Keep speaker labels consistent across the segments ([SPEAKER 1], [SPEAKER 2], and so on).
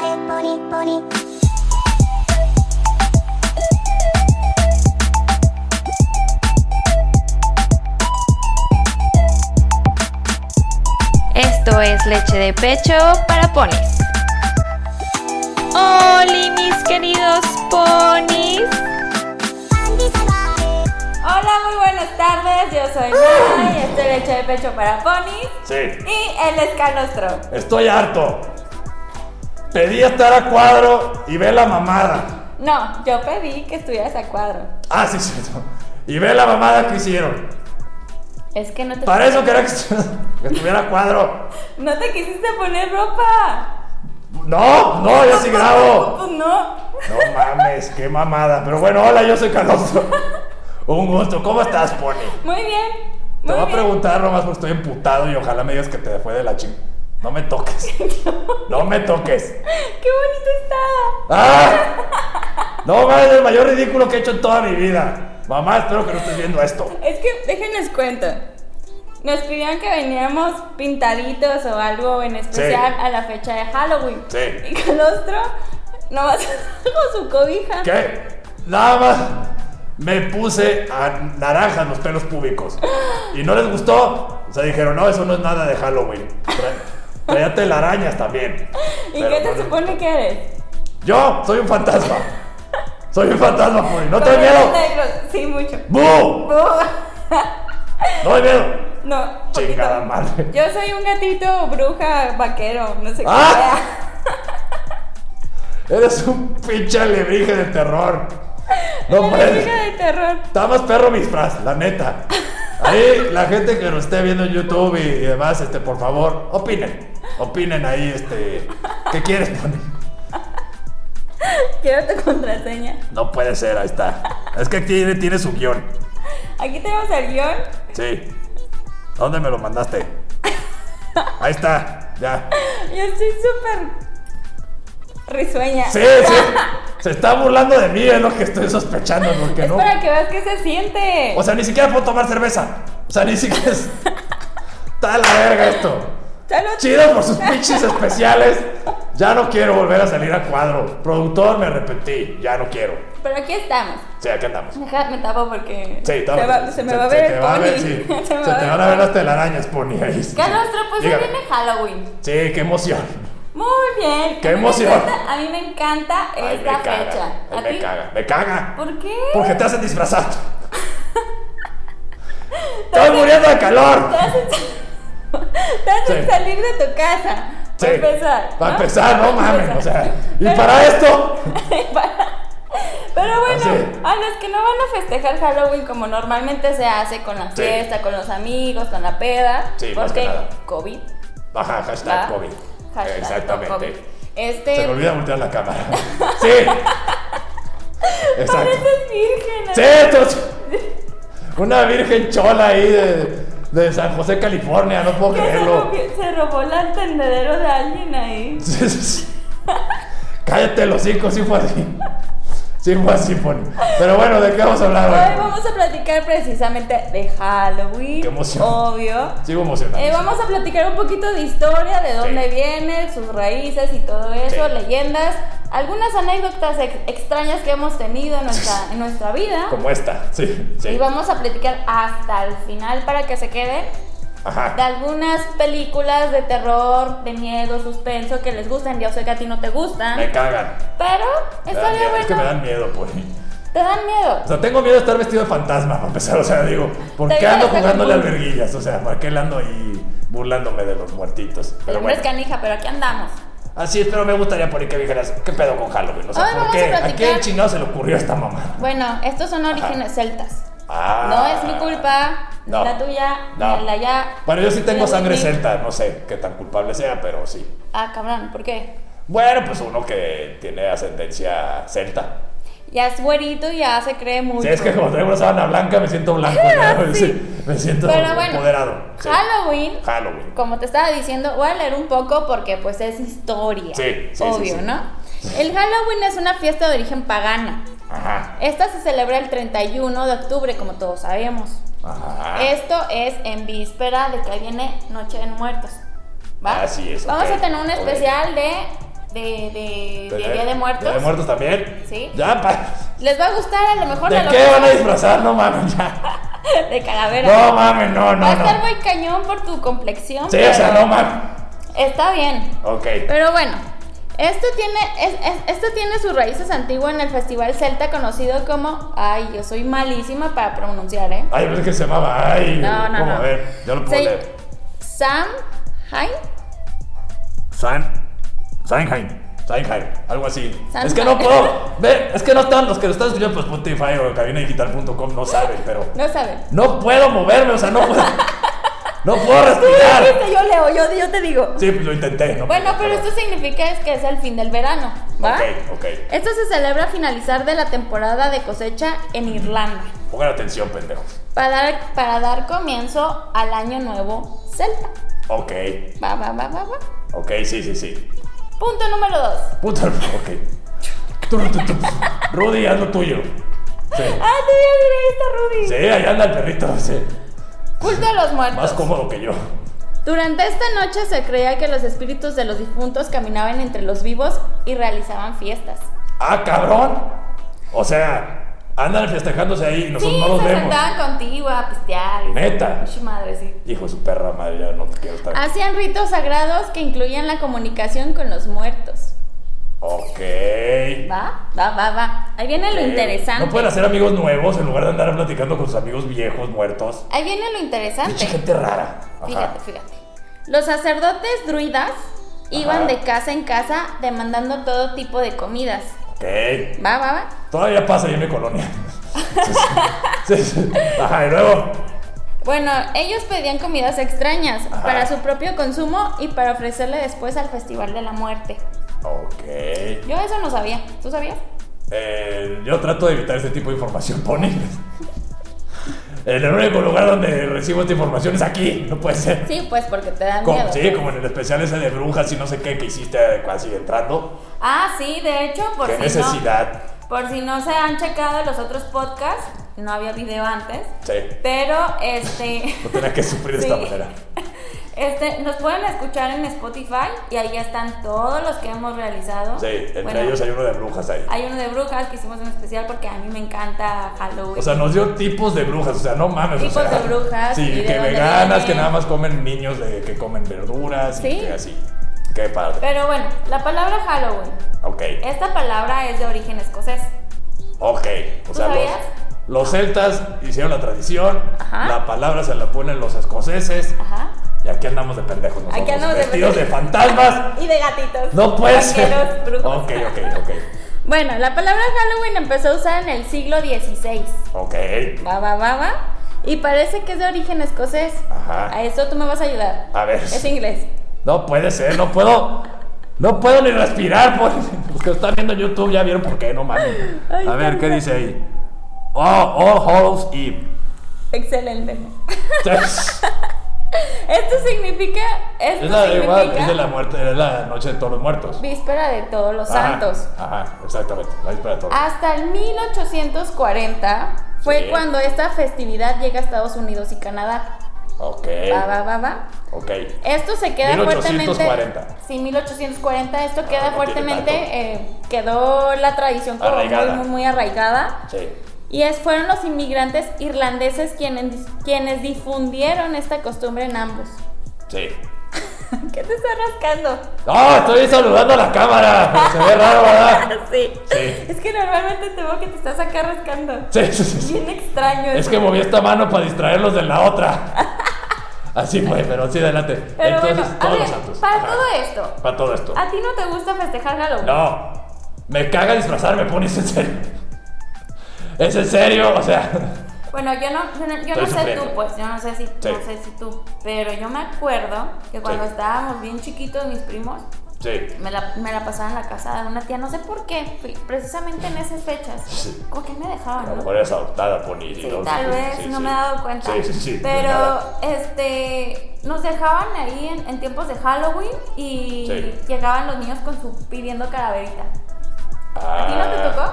[SPEAKER 1] pony, pony.
[SPEAKER 2] Esto es leche de pecho para ponis. ¡Holi, mis queridos ponis!
[SPEAKER 1] Andy se va.
[SPEAKER 2] Hola, muy buenas tardes. Yo soy Nana y esto es leche de pecho para ponis.
[SPEAKER 3] Sí.
[SPEAKER 2] Y él es Calostro.
[SPEAKER 3] Estoy harto. Pedí estar a cuadro y ve la mamada.
[SPEAKER 2] No, yo pedí que estuvieras a cuadro.
[SPEAKER 3] Ah, sí, sí. Y ve la mamada que hicieron.
[SPEAKER 2] Es que no te,
[SPEAKER 3] Para eso quería que estu- que estuviera a cuadro.
[SPEAKER 2] no te quisiste poner ropa.
[SPEAKER 3] No, no, yo sí grabo.
[SPEAKER 2] Pues no.
[SPEAKER 3] No mames, qué mamada. Pero bueno, hola, yo soy Calostro. Un gusto. ¿Cómo estás, Pony?
[SPEAKER 2] Muy bien.
[SPEAKER 3] Te
[SPEAKER 2] Muy
[SPEAKER 3] voy a
[SPEAKER 2] bien.
[SPEAKER 3] preguntar nomás porque estoy emputado y ojalá me digas que te fue de la ching. No me toques. No me toques.
[SPEAKER 2] ¡Qué bonito está!
[SPEAKER 3] ¡Ah! No mames, el mayor ridículo que he hecho en toda mi vida. Mamá, espero que no estés viendo esto.
[SPEAKER 2] Es que déjenles cuento. Nos pidieron que veníamos pintaditos o algo en especial
[SPEAKER 3] Sí.
[SPEAKER 2] a la fecha de Halloween.
[SPEAKER 3] Sí.
[SPEAKER 2] Y Calostro nomás con su cobija.
[SPEAKER 3] ¿Qué? Nada más me puse a naranjas los pelos públicos. Y no les gustó. O sea, dijeron, no, eso no es nada de Halloween. Tra- Traía telarañas también.
[SPEAKER 2] ¿Y
[SPEAKER 3] Pero
[SPEAKER 2] qué te
[SPEAKER 3] no, no.
[SPEAKER 2] supone que eres?
[SPEAKER 3] Yo soy un fantasma. Soy un fantasma, Puri. No te doy
[SPEAKER 2] Como
[SPEAKER 3] miedo.
[SPEAKER 2] los negros. Sí, mucho.
[SPEAKER 3] ¡Bu! No doy miedo.
[SPEAKER 2] No. poquito.
[SPEAKER 3] Chingada madre.
[SPEAKER 2] Yo soy un gatito bruja vaquero, no sé qué
[SPEAKER 3] ¡Ah!
[SPEAKER 2] sea.
[SPEAKER 3] Eres un pinche alebrije de terror. No
[SPEAKER 2] Una
[SPEAKER 3] puedes.
[SPEAKER 2] hija de terror.
[SPEAKER 3] Está más perro mi disfraz, la neta. Ahí, la gente que nos esté viendo en YouTube y, y demás, este, por favor, opinen. Opinen ahí, este. ¿Qué quieres poner?
[SPEAKER 2] Quiero tu contraseña.
[SPEAKER 3] No puede ser, ahí está. Es que tiene, tiene su guión.
[SPEAKER 2] Aquí tenemos el guión.
[SPEAKER 3] Sí. ¿A ¿Dónde me lo mandaste? Ahí está, ya.
[SPEAKER 2] Yo estoy súper risueña.
[SPEAKER 3] Sí, sí. Se está burlando de mí, es lo que estoy sospechando, porque
[SPEAKER 2] Es
[SPEAKER 3] no.
[SPEAKER 2] para que veas que se siente.
[SPEAKER 3] O sea, ni siquiera puedo tomar cerveza. O sea, ni siquiera es. Está de la verga esto.
[SPEAKER 2] Salud.
[SPEAKER 3] Chido por sus pinches especiales. Ya no quiero volver a salir a cuadro. Productor, me arrepentí. Ya no quiero.
[SPEAKER 2] Pero aquí estamos.
[SPEAKER 3] Sí, aquí andamos.
[SPEAKER 2] Deja, me tapo porque
[SPEAKER 3] Sí,
[SPEAKER 2] se,
[SPEAKER 3] estamos.
[SPEAKER 2] va- se me va a ver
[SPEAKER 3] Se te
[SPEAKER 2] el
[SPEAKER 3] va a ver,
[SPEAKER 2] pony.
[SPEAKER 3] sí.
[SPEAKER 2] Se me
[SPEAKER 3] Se,
[SPEAKER 2] va
[SPEAKER 3] te
[SPEAKER 2] ver.
[SPEAKER 3] van a ver las telarañas, Pony. Ahí sí.
[SPEAKER 2] Calostro, pues ya
[SPEAKER 3] Dígame.
[SPEAKER 2] viene Halloween.
[SPEAKER 3] Sí, qué emoción.
[SPEAKER 2] Muy bien.
[SPEAKER 3] ¡Qué
[SPEAKER 2] A mí me
[SPEAKER 3] emoción!
[SPEAKER 2] encanta- A mí me encanta
[SPEAKER 3] Ay,
[SPEAKER 2] esta
[SPEAKER 3] me caga.
[SPEAKER 2] fecha.
[SPEAKER 3] Ay,
[SPEAKER 2] ¿A
[SPEAKER 3] me
[SPEAKER 2] ti?
[SPEAKER 3] caga. Me caga.
[SPEAKER 2] ¿Por qué?
[SPEAKER 3] Porque te hacen disfrazar. Estoy muriendo de calor.
[SPEAKER 2] Te hacen, te hacen
[SPEAKER 3] Sí.
[SPEAKER 2] salir de tu casa.
[SPEAKER 3] Sí.
[SPEAKER 2] Para empezar.
[SPEAKER 3] Para empezar, no
[SPEAKER 2] Para
[SPEAKER 3] mames. O
[SPEAKER 2] empezar.
[SPEAKER 3] sea, y
[SPEAKER 2] Pero-
[SPEAKER 3] para esto.
[SPEAKER 2] Para-
[SPEAKER 3] Ah,
[SPEAKER 2] Pero bueno,
[SPEAKER 3] Así.
[SPEAKER 2] a los que no van a festejar Halloween como normalmente se hace con la
[SPEAKER 3] Sí.
[SPEAKER 2] fiesta, con los amigos, con la peda,
[SPEAKER 3] Sí, más que
[SPEAKER 2] porque
[SPEAKER 3] nada.
[SPEAKER 2] COVID,
[SPEAKER 3] Baja, hashtag
[SPEAKER 2] ¿verdad?
[SPEAKER 3] COVID.
[SPEAKER 2] Hashtag
[SPEAKER 3] Exactamente.
[SPEAKER 2] COVID.
[SPEAKER 3] Se me
[SPEAKER 2] Este,
[SPEAKER 3] olvida voltear la cámara. Sí. Exacto.
[SPEAKER 2] pareces virgen. ¿eh?
[SPEAKER 3] Sí, entonces, Una virgen chola ahí de, de San José, California, no puedo
[SPEAKER 2] ¿Qué se,
[SPEAKER 3] creerlo.
[SPEAKER 2] robó, se robó el tendedero de alguien ahí.
[SPEAKER 3] Sí, sí, sí. Cállate los hijos, sí fue así. Sí fue así, Pony. Pero bueno, ¿de qué vamos a
[SPEAKER 2] Hoy
[SPEAKER 3] hablar hoy?
[SPEAKER 2] vamos a platicar precisamente de Halloween.
[SPEAKER 3] Qué emoción.
[SPEAKER 2] Obvio.
[SPEAKER 3] Sigo emocionado.
[SPEAKER 2] Eh, vamos a platicar un poquito de historia, de dónde
[SPEAKER 3] Sí.
[SPEAKER 2] viene, sus raíces y todo eso,
[SPEAKER 3] Sí.
[SPEAKER 2] leyendas, algunas anécdotas ex- extrañas que hemos tenido en nuestra, en nuestra vida.
[SPEAKER 3] Como esta, sí,
[SPEAKER 2] Y
[SPEAKER 3] sí.
[SPEAKER 2] vamos a platicar hasta el final para que se queden de
[SPEAKER 3] Ajá.
[SPEAKER 2] algunas películas de terror, de miedo, suspenso que les gustan. Yo sé que a ti no te gustan,
[SPEAKER 3] Me cagan.
[SPEAKER 2] pero
[SPEAKER 3] Me dan
[SPEAKER 2] estaría
[SPEAKER 3] miedo, Es que me
[SPEAKER 2] bueno.
[SPEAKER 3] dan miedo, Pony.
[SPEAKER 2] Te dan miedo.
[SPEAKER 3] O sea, tengo miedo de estar vestido de fantasma, para empezar. O sea, digo, ¿por
[SPEAKER 2] Te
[SPEAKER 3] qué ando
[SPEAKER 2] ayuda a
[SPEAKER 3] jugándole
[SPEAKER 2] sacar un-
[SPEAKER 3] alberguillas? O sea, ¿por qué ando ahí burlándome de los muertitos?
[SPEAKER 2] El
[SPEAKER 3] Pero
[SPEAKER 2] hombre
[SPEAKER 3] bueno.
[SPEAKER 2] es canija, pero aquí andamos.
[SPEAKER 3] Así es, pero me gustaría por ahí que dijeras, ¿qué pedo con Halloween? O sea,
[SPEAKER 2] Hoy
[SPEAKER 3] ¿por
[SPEAKER 2] vamos a
[SPEAKER 3] qué? ¿A,
[SPEAKER 2] platicar-
[SPEAKER 3] qué chingado se le ocurrió a esta mamá?
[SPEAKER 2] Bueno, estos son orígenes celtas.
[SPEAKER 3] Ah.
[SPEAKER 2] No es mi culpa,
[SPEAKER 3] No.
[SPEAKER 2] ni la tuya,
[SPEAKER 3] No.
[SPEAKER 2] ni la ya.
[SPEAKER 3] Bueno, yo sí tengo
[SPEAKER 2] ni la
[SPEAKER 3] sangre
[SPEAKER 2] de ti.
[SPEAKER 3] celta, no sé qué tan culpable sea, pero sí.
[SPEAKER 2] Ah, cabrón, ¿por qué?
[SPEAKER 3] Bueno, pues uno que tiene ascendencia celta.
[SPEAKER 2] Ya es güerito y ya se cree mucho.
[SPEAKER 3] Sí, es que como traigo una sábana blanca me siento blanco, ya,
[SPEAKER 2] Sí.
[SPEAKER 3] sí, me siento
[SPEAKER 2] Pero bueno,
[SPEAKER 3] empoderado. Sí.
[SPEAKER 2] Halloween,
[SPEAKER 3] Halloween.
[SPEAKER 2] como te estaba diciendo, voy a leer un poco porque pues es historia.
[SPEAKER 3] Sí, sí, sí,
[SPEAKER 2] Obvio,
[SPEAKER 3] sí.
[SPEAKER 2] ¿no? El Halloween es una fiesta de origen pagana.
[SPEAKER 3] Ajá.
[SPEAKER 2] Esta se celebra el 31 de octubre, como todos sabemos.
[SPEAKER 3] Ajá.
[SPEAKER 2] Esto es en víspera de que viene Noche de Muertos. ¿Va?
[SPEAKER 3] Así es,
[SPEAKER 2] Vamos
[SPEAKER 3] ok,
[SPEAKER 2] a tener un
[SPEAKER 3] ok.
[SPEAKER 2] especial de de, de, de Día de Muertos.
[SPEAKER 3] Día de muertos también.
[SPEAKER 2] Sí.
[SPEAKER 3] Ya, pa-
[SPEAKER 2] Les va a gustar a lo mejor
[SPEAKER 3] ¿De
[SPEAKER 2] lo
[SPEAKER 3] qué
[SPEAKER 2] que-
[SPEAKER 3] van a disfrazar? No mames, ya.
[SPEAKER 2] de calavera.
[SPEAKER 3] No mames, no,
[SPEAKER 2] va a
[SPEAKER 3] no,
[SPEAKER 2] estar
[SPEAKER 3] no.
[SPEAKER 2] muy cañón por tu complexión.
[SPEAKER 3] Sí,
[SPEAKER 2] pero
[SPEAKER 3] o sea, no mames.
[SPEAKER 2] Está bien.
[SPEAKER 3] Ok.
[SPEAKER 2] Pero bueno, esto tiene, es- es- esto tiene sus raíces antiguas en el festival celta conocido como. Ay, yo soy malísima para pronunciar, ¿eh?
[SPEAKER 3] Ay, pero es que se llamaba. Ay,
[SPEAKER 2] No, no,
[SPEAKER 3] ¿cómo?
[SPEAKER 2] no.
[SPEAKER 3] A ver, yo lo puedo
[SPEAKER 2] Se-
[SPEAKER 3] leer.
[SPEAKER 2] Sam Hain.
[SPEAKER 3] San. Sanheim. Sanheim, algo así.
[SPEAKER 2] Sanheim.
[SPEAKER 3] Es que no puedo. Ve, es que no están los que lo están escuchando por Spotify o cabinadigital.com, no saben, pero.
[SPEAKER 2] No sabe.
[SPEAKER 3] No puedo moverme, o sea, no puedo. no puedo
[SPEAKER 2] Tú lo
[SPEAKER 3] respirar.
[SPEAKER 2] dijiste, yo leo, yo, yo te digo.
[SPEAKER 3] Sí, pues lo intenté, ¿no?
[SPEAKER 2] Bueno,
[SPEAKER 3] pude,
[SPEAKER 2] pero esto significa es que es el fin del verano, ¿va?
[SPEAKER 3] Ok, ok.
[SPEAKER 2] Esto se celebra al finalizar de la temporada de cosecha en Irlanda,
[SPEAKER 3] Pongan atención, pendejos.
[SPEAKER 2] para dar, para dar comienzo al año nuevo celta.
[SPEAKER 3] Ok,
[SPEAKER 2] Va, va, va, va, va.
[SPEAKER 3] ok, sí, sí, sí.
[SPEAKER 2] Punto número dos.
[SPEAKER 3] Puta, ok. Tú, tú, tú. Rudy, haz lo tuyo. Sí.
[SPEAKER 2] Ah, te voy a Rudy.
[SPEAKER 3] Sí, ahí anda el perrito, sí.
[SPEAKER 2] Culto a los muertos.
[SPEAKER 3] Más cómodo que yo.
[SPEAKER 2] Durante esta noche se creía que los espíritus de los difuntos caminaban entre los vivos y realizaban fiestas.
[SPEAKER 3] Ah, cabrón. O sea, andan festejándose ahí y nosotros
[SPEAKER 2] sí,
[SPEAKER 3] no los
[SPEAKER 2] se
[SPEAKER 3] vemos.
[SPEAKER 2] sentaban contigo a pistear. y-
[SPEAKER 3] Neta.
[SPEAKER 2] Uy, madre, sí.
[SPEAKER 3] Hijo de su perra madre, ya no te quiero estar.
[SPEAKER 2] Hacían ritos sagrados que incluían la comunicación con los muertos.
[SPEAKER 3] Ok.
[SPEAKER 2] ¿Va? Va, va, va. Ahí viene lo
[SPEAKER 3] Ok.
[SPEAKER 2] interesante.
[SPEAKER 3] No pueden hacer amigos nuevos en lugar de andar platicando con sus amigos viejos muertos.
[SPEAKER 2] Ahí viene lo
[SPEAKER 3] Pinche
[SPEAKER 2] interesante.
[SPEAKER 3] gente rara. Ajá.
[SPEAKER 2] Fíjate, fíjate. Los sacerdotes druidas iban
[SPEAKER 3] Ajá.
[SPEAKER 2] de casa en casa demandando todo tipo de comidas.
[SPEAKER 3] Ok.
[SPEAKER 2] ¿Va, va, va?
[SPEAKER 3] Todavía pasa ahí en mi colonia. Sí, sí. Sí, sí. Ajá, y luego.
[SPEAKER 2] Bueno, ellos pedían comidas extrañas
[SPEAKER 3] Ajá.
[SPEAKER 2] para su propio consumo y para ofrecerle después al Festival de la Muerte.
[SPEAKER 3] Ok.
[SPEAKER 2] Yo eso no sabía. ¿Tú sabías?
[SPEAKER 3] Eh, yo trato de evitar este tipo de información, Pony. El único lugar donde recibo esta información es aquí, no puede ser.
[SPEAKER 2] Sí, pues porque te dan
[SPEAKER 3] Como,
[SPEAKER 2] miedo.
[SPEAKER 3] sí,
[SPEAKER 2] pues.
[SPEAKER 3] como en el especial ese de brujas y no sé qué que hiciste casi entrando.
[SPEAKER 2] Ah, sí, de hecho, por
[SPEAKER 3] qué
[SPEAKER 2] si
[SPEAKER 3] necesidad.
[SPEAKER 2] no. Por si no se han checado los otros podcasts, no había video antes.
[SPEAKER 3] Sí,
[SPEAKER 2] Pero este.
[SPEAKER 3] no tenía que sufrir de esta
[SPEAKER 2] Sí.
[SPEAKER 3] manera.
[SPEAKER 2] Este, nos pueden escuchar en Spotify y ahí están todos los que hemos realizado.
[SPEAKER 3] Sí, entre
[SPEAKER 2] Bueno,
[SPEAKER 3] ellos hay uno de brujas ahí.
[SPEAKER 2] hay uno de brujas que hicimos en especial porque a mí me encanta Halloween.
[SPEAKER 3] O sea, nos dio tipos de brujas, o sea, no mames. o
[SPEAKER 2] Tipos
[SPEAKER 3] sea,
[SPEAKER 2] de brujas y
[SPEAKER 3] Sí,
[SPEAKER 2] de
[SPEAKER 3] que
[SPEAKER 2] dónde
[SPEAKER 3] veganas,
[SPEAKER 2] vienen.
[SPEAKER 3] que nada más comen niños, de, que comen verduras
[SPEAKER 2] Sí.
[SPEAKER 3] y que así. Qué padre.
[SPEAKER 2] Pero bueno, la palabra Halloween.
[SPEAKER 3] Ok.
[SPEAKER 2] Esta palabra es de origen escocés.
[SPEAKER 3] Ok, o sea, los,
[SPEAKER 2] sabías?
[SPEAKER 3] los celtas hicieron la tradición,
[SPEAKER 2] Ajá.
[SPEAKER 3] la palabra se la ponen los escoceses,
[SPEAKER 2] Ajá.
[SPEAKER 3] y aquí andamos de pendejos nosotros,
[SPEAKER 2] Aquí andamos de
[SPEAKER 3] vestidos de,
[SPEAKER 2] pendejos.
[SPEAKER 3] fantasmas.
[SPEAKER 2] Y de gatitos.
[SPEAKER 3] No puede ser.
[SPEAKER 2] Vaqueros, brujos.
[SPEAKER 3] Ok, ok, ok.
[SPEAKER 2] Bueno, la palabra Halloween empezó a usar en el siglo XVI.
[SPEAKER 3] Ok.
[SPEAKER 2] Va, va, va, va. Y parece que es de origen escocés.
[SPEAKER 3] Ajá.
[SPEAKER 2] A eso tú me vas a ayudar.
[SPEAKER 3] A ver.
[SPEAKER 2] Es inglés.
[SPEAKER 3] No puede ser, no puedo. No puedo ni respirar. Por... Los que están viendo en YouTube ya vieron por qué, no mames.
[SPEAKER 2] Ay,
[SPEAKER 3] A ver, ¿qué
[SPEAKER 2] tanta.
[SPEAKER 3] dice ahí? Oh, All Hallows Eve.
[SPEAKER 2] Excelente. Esto significa. Esto
[SPEAKER 3] Es la de
[SPEAKER 2] significa
[SPEAKER 3] igual, es de la muerte, es la noche de todos los muertos.
[SPEAKER 2] Víspera de todos los
[SPEAKER 3] Ajá,
[SPEAKER 2] santos.
[SPEAKER 3] Ajá, exactamente. La víspera de todos.
[SPEAKER 2] Hasta el 1840 fue
[SPEAKER 3] Sí.
[SPEAKER 2] cuando esta festividad llega a Estados Unidos y Canadá.
[SPEAKER 3] Ok.
[SPEAKER 2] Va, va, va, va.
[SPEAKER 3] Ok.
[SPEAKER 2] Esto se queda
[SPEAKER 3] 1840.
[SPEAKER 2] fuertemente. Sí, 1840. Esto queda
[SPEAKER 3] Ah, no tiene
[SPEAKER 2] fuertemente.
[SPEAKER 3] tanto.
[SPEAKER 2] eh, quedó la tradición como muy,
[SPEAKER 3] Arraigada.
[SPEAKER 2] muy, muy arraigada.
[SPEAKER 3] Sí.
[SPEAKER 2] Y es, fueron los inmigrantes irlandeses quienes, quienes difundieron esta costumbre en ambos.
[SPEAKER 3] Sí.
[SPEAKER 2] ¿Qué te está rascando?
[SPEAKER 3] ¡No! Estoy saludando a la cámara. pero Se ve raro, ¿verdad?
[SPEAKER 2] sí.
[SPEAKER 3] Ah. Sí.
[SPEAKER 2] Es que normalmente te veo que te estás acá rascando.
[SPEAKER 3] Sí, sí, sí, sí.
[SPEAKER 2] Bien extraño.
[SPEAKER 3] Es
[SPEAKER 2] eso.
[SPEAKER 3] que moví esta mano para distraerlos de la otra. Así fue, pero sí, adelante.
[SPEAKER 2] Pero
[SPEAKER 3] Entonces,
[SPEAKER 2] bueno, a
[SPEAKER 3] todos
[SPEAKER 2] ver,
[SPEAKER 3] los santos.
[SPEAKER 2] para
[SPEAKER 3] Ajá.
[SPEAKER 2] todo esto, Ah.
[SPEAKER 3] Para todo esto.
[SPEAKER 2] ¿a ti no te gusta festejar Halloween?
[SPEAKER 3] No. Me caga disfrazarme, pones en serio. Es en serio, o sea.
[SPEAKER 2] Bueno, yo no, yo no, yo
[SPEAKER 3] Estoy
[SPEAKER 2] no sé tú,
[SPEAKER 3] sufriendo.
[SPEAKER 2] pues, yo no sé si
[SPEAKER 3] Sí.
[SPEAKER 2] no sé si tú, pero yo me acuerdo que cuando
[SPEAKER 3] Sí.
[SPEAKER 2] estábamos bien chiquitos mis primos
[SPEAKER 3] Sí.
[SPEAKER 2] me la, me la pasaban en la casa de una tía, no sé por qué, fui- precisamente en esas fechas,
[SPEAKER 3] Sí.
[SPEAKER 2] como que me
[SPEAKER 3] A
[SPEAKER 2] dejaban,
[SPEAKER 3] lo
[SPEAKER 2] Ah, ¿no?
[SPEAKER 3] mejor eres adoptada, Pony. y
[SPEAKER 2] Sí,
[SPEAKER 3] no-
[SPEAKER 2] tal vez,
[SPEAKER 3] sí,
[SPEAKER 2] no
[SPEAKER 3] sí.
[SPEAKER 2] me he dado cuenta.
[SPEAKER 3] Sí, sí, sí.
[SPEAKER 2] Pero,
[SPEAKER 3] nada.
[SPEAKER 2] este, nos dejaban ahí en, en tiempos de Halloween y
[SPEAKER 3] Sí.
[SPEAKER 2] llegaban los niños con su pidiendo calaverita. ¿A
[SPEAKER 3] Ah.
[SPEAKER 2] ti no te tocó?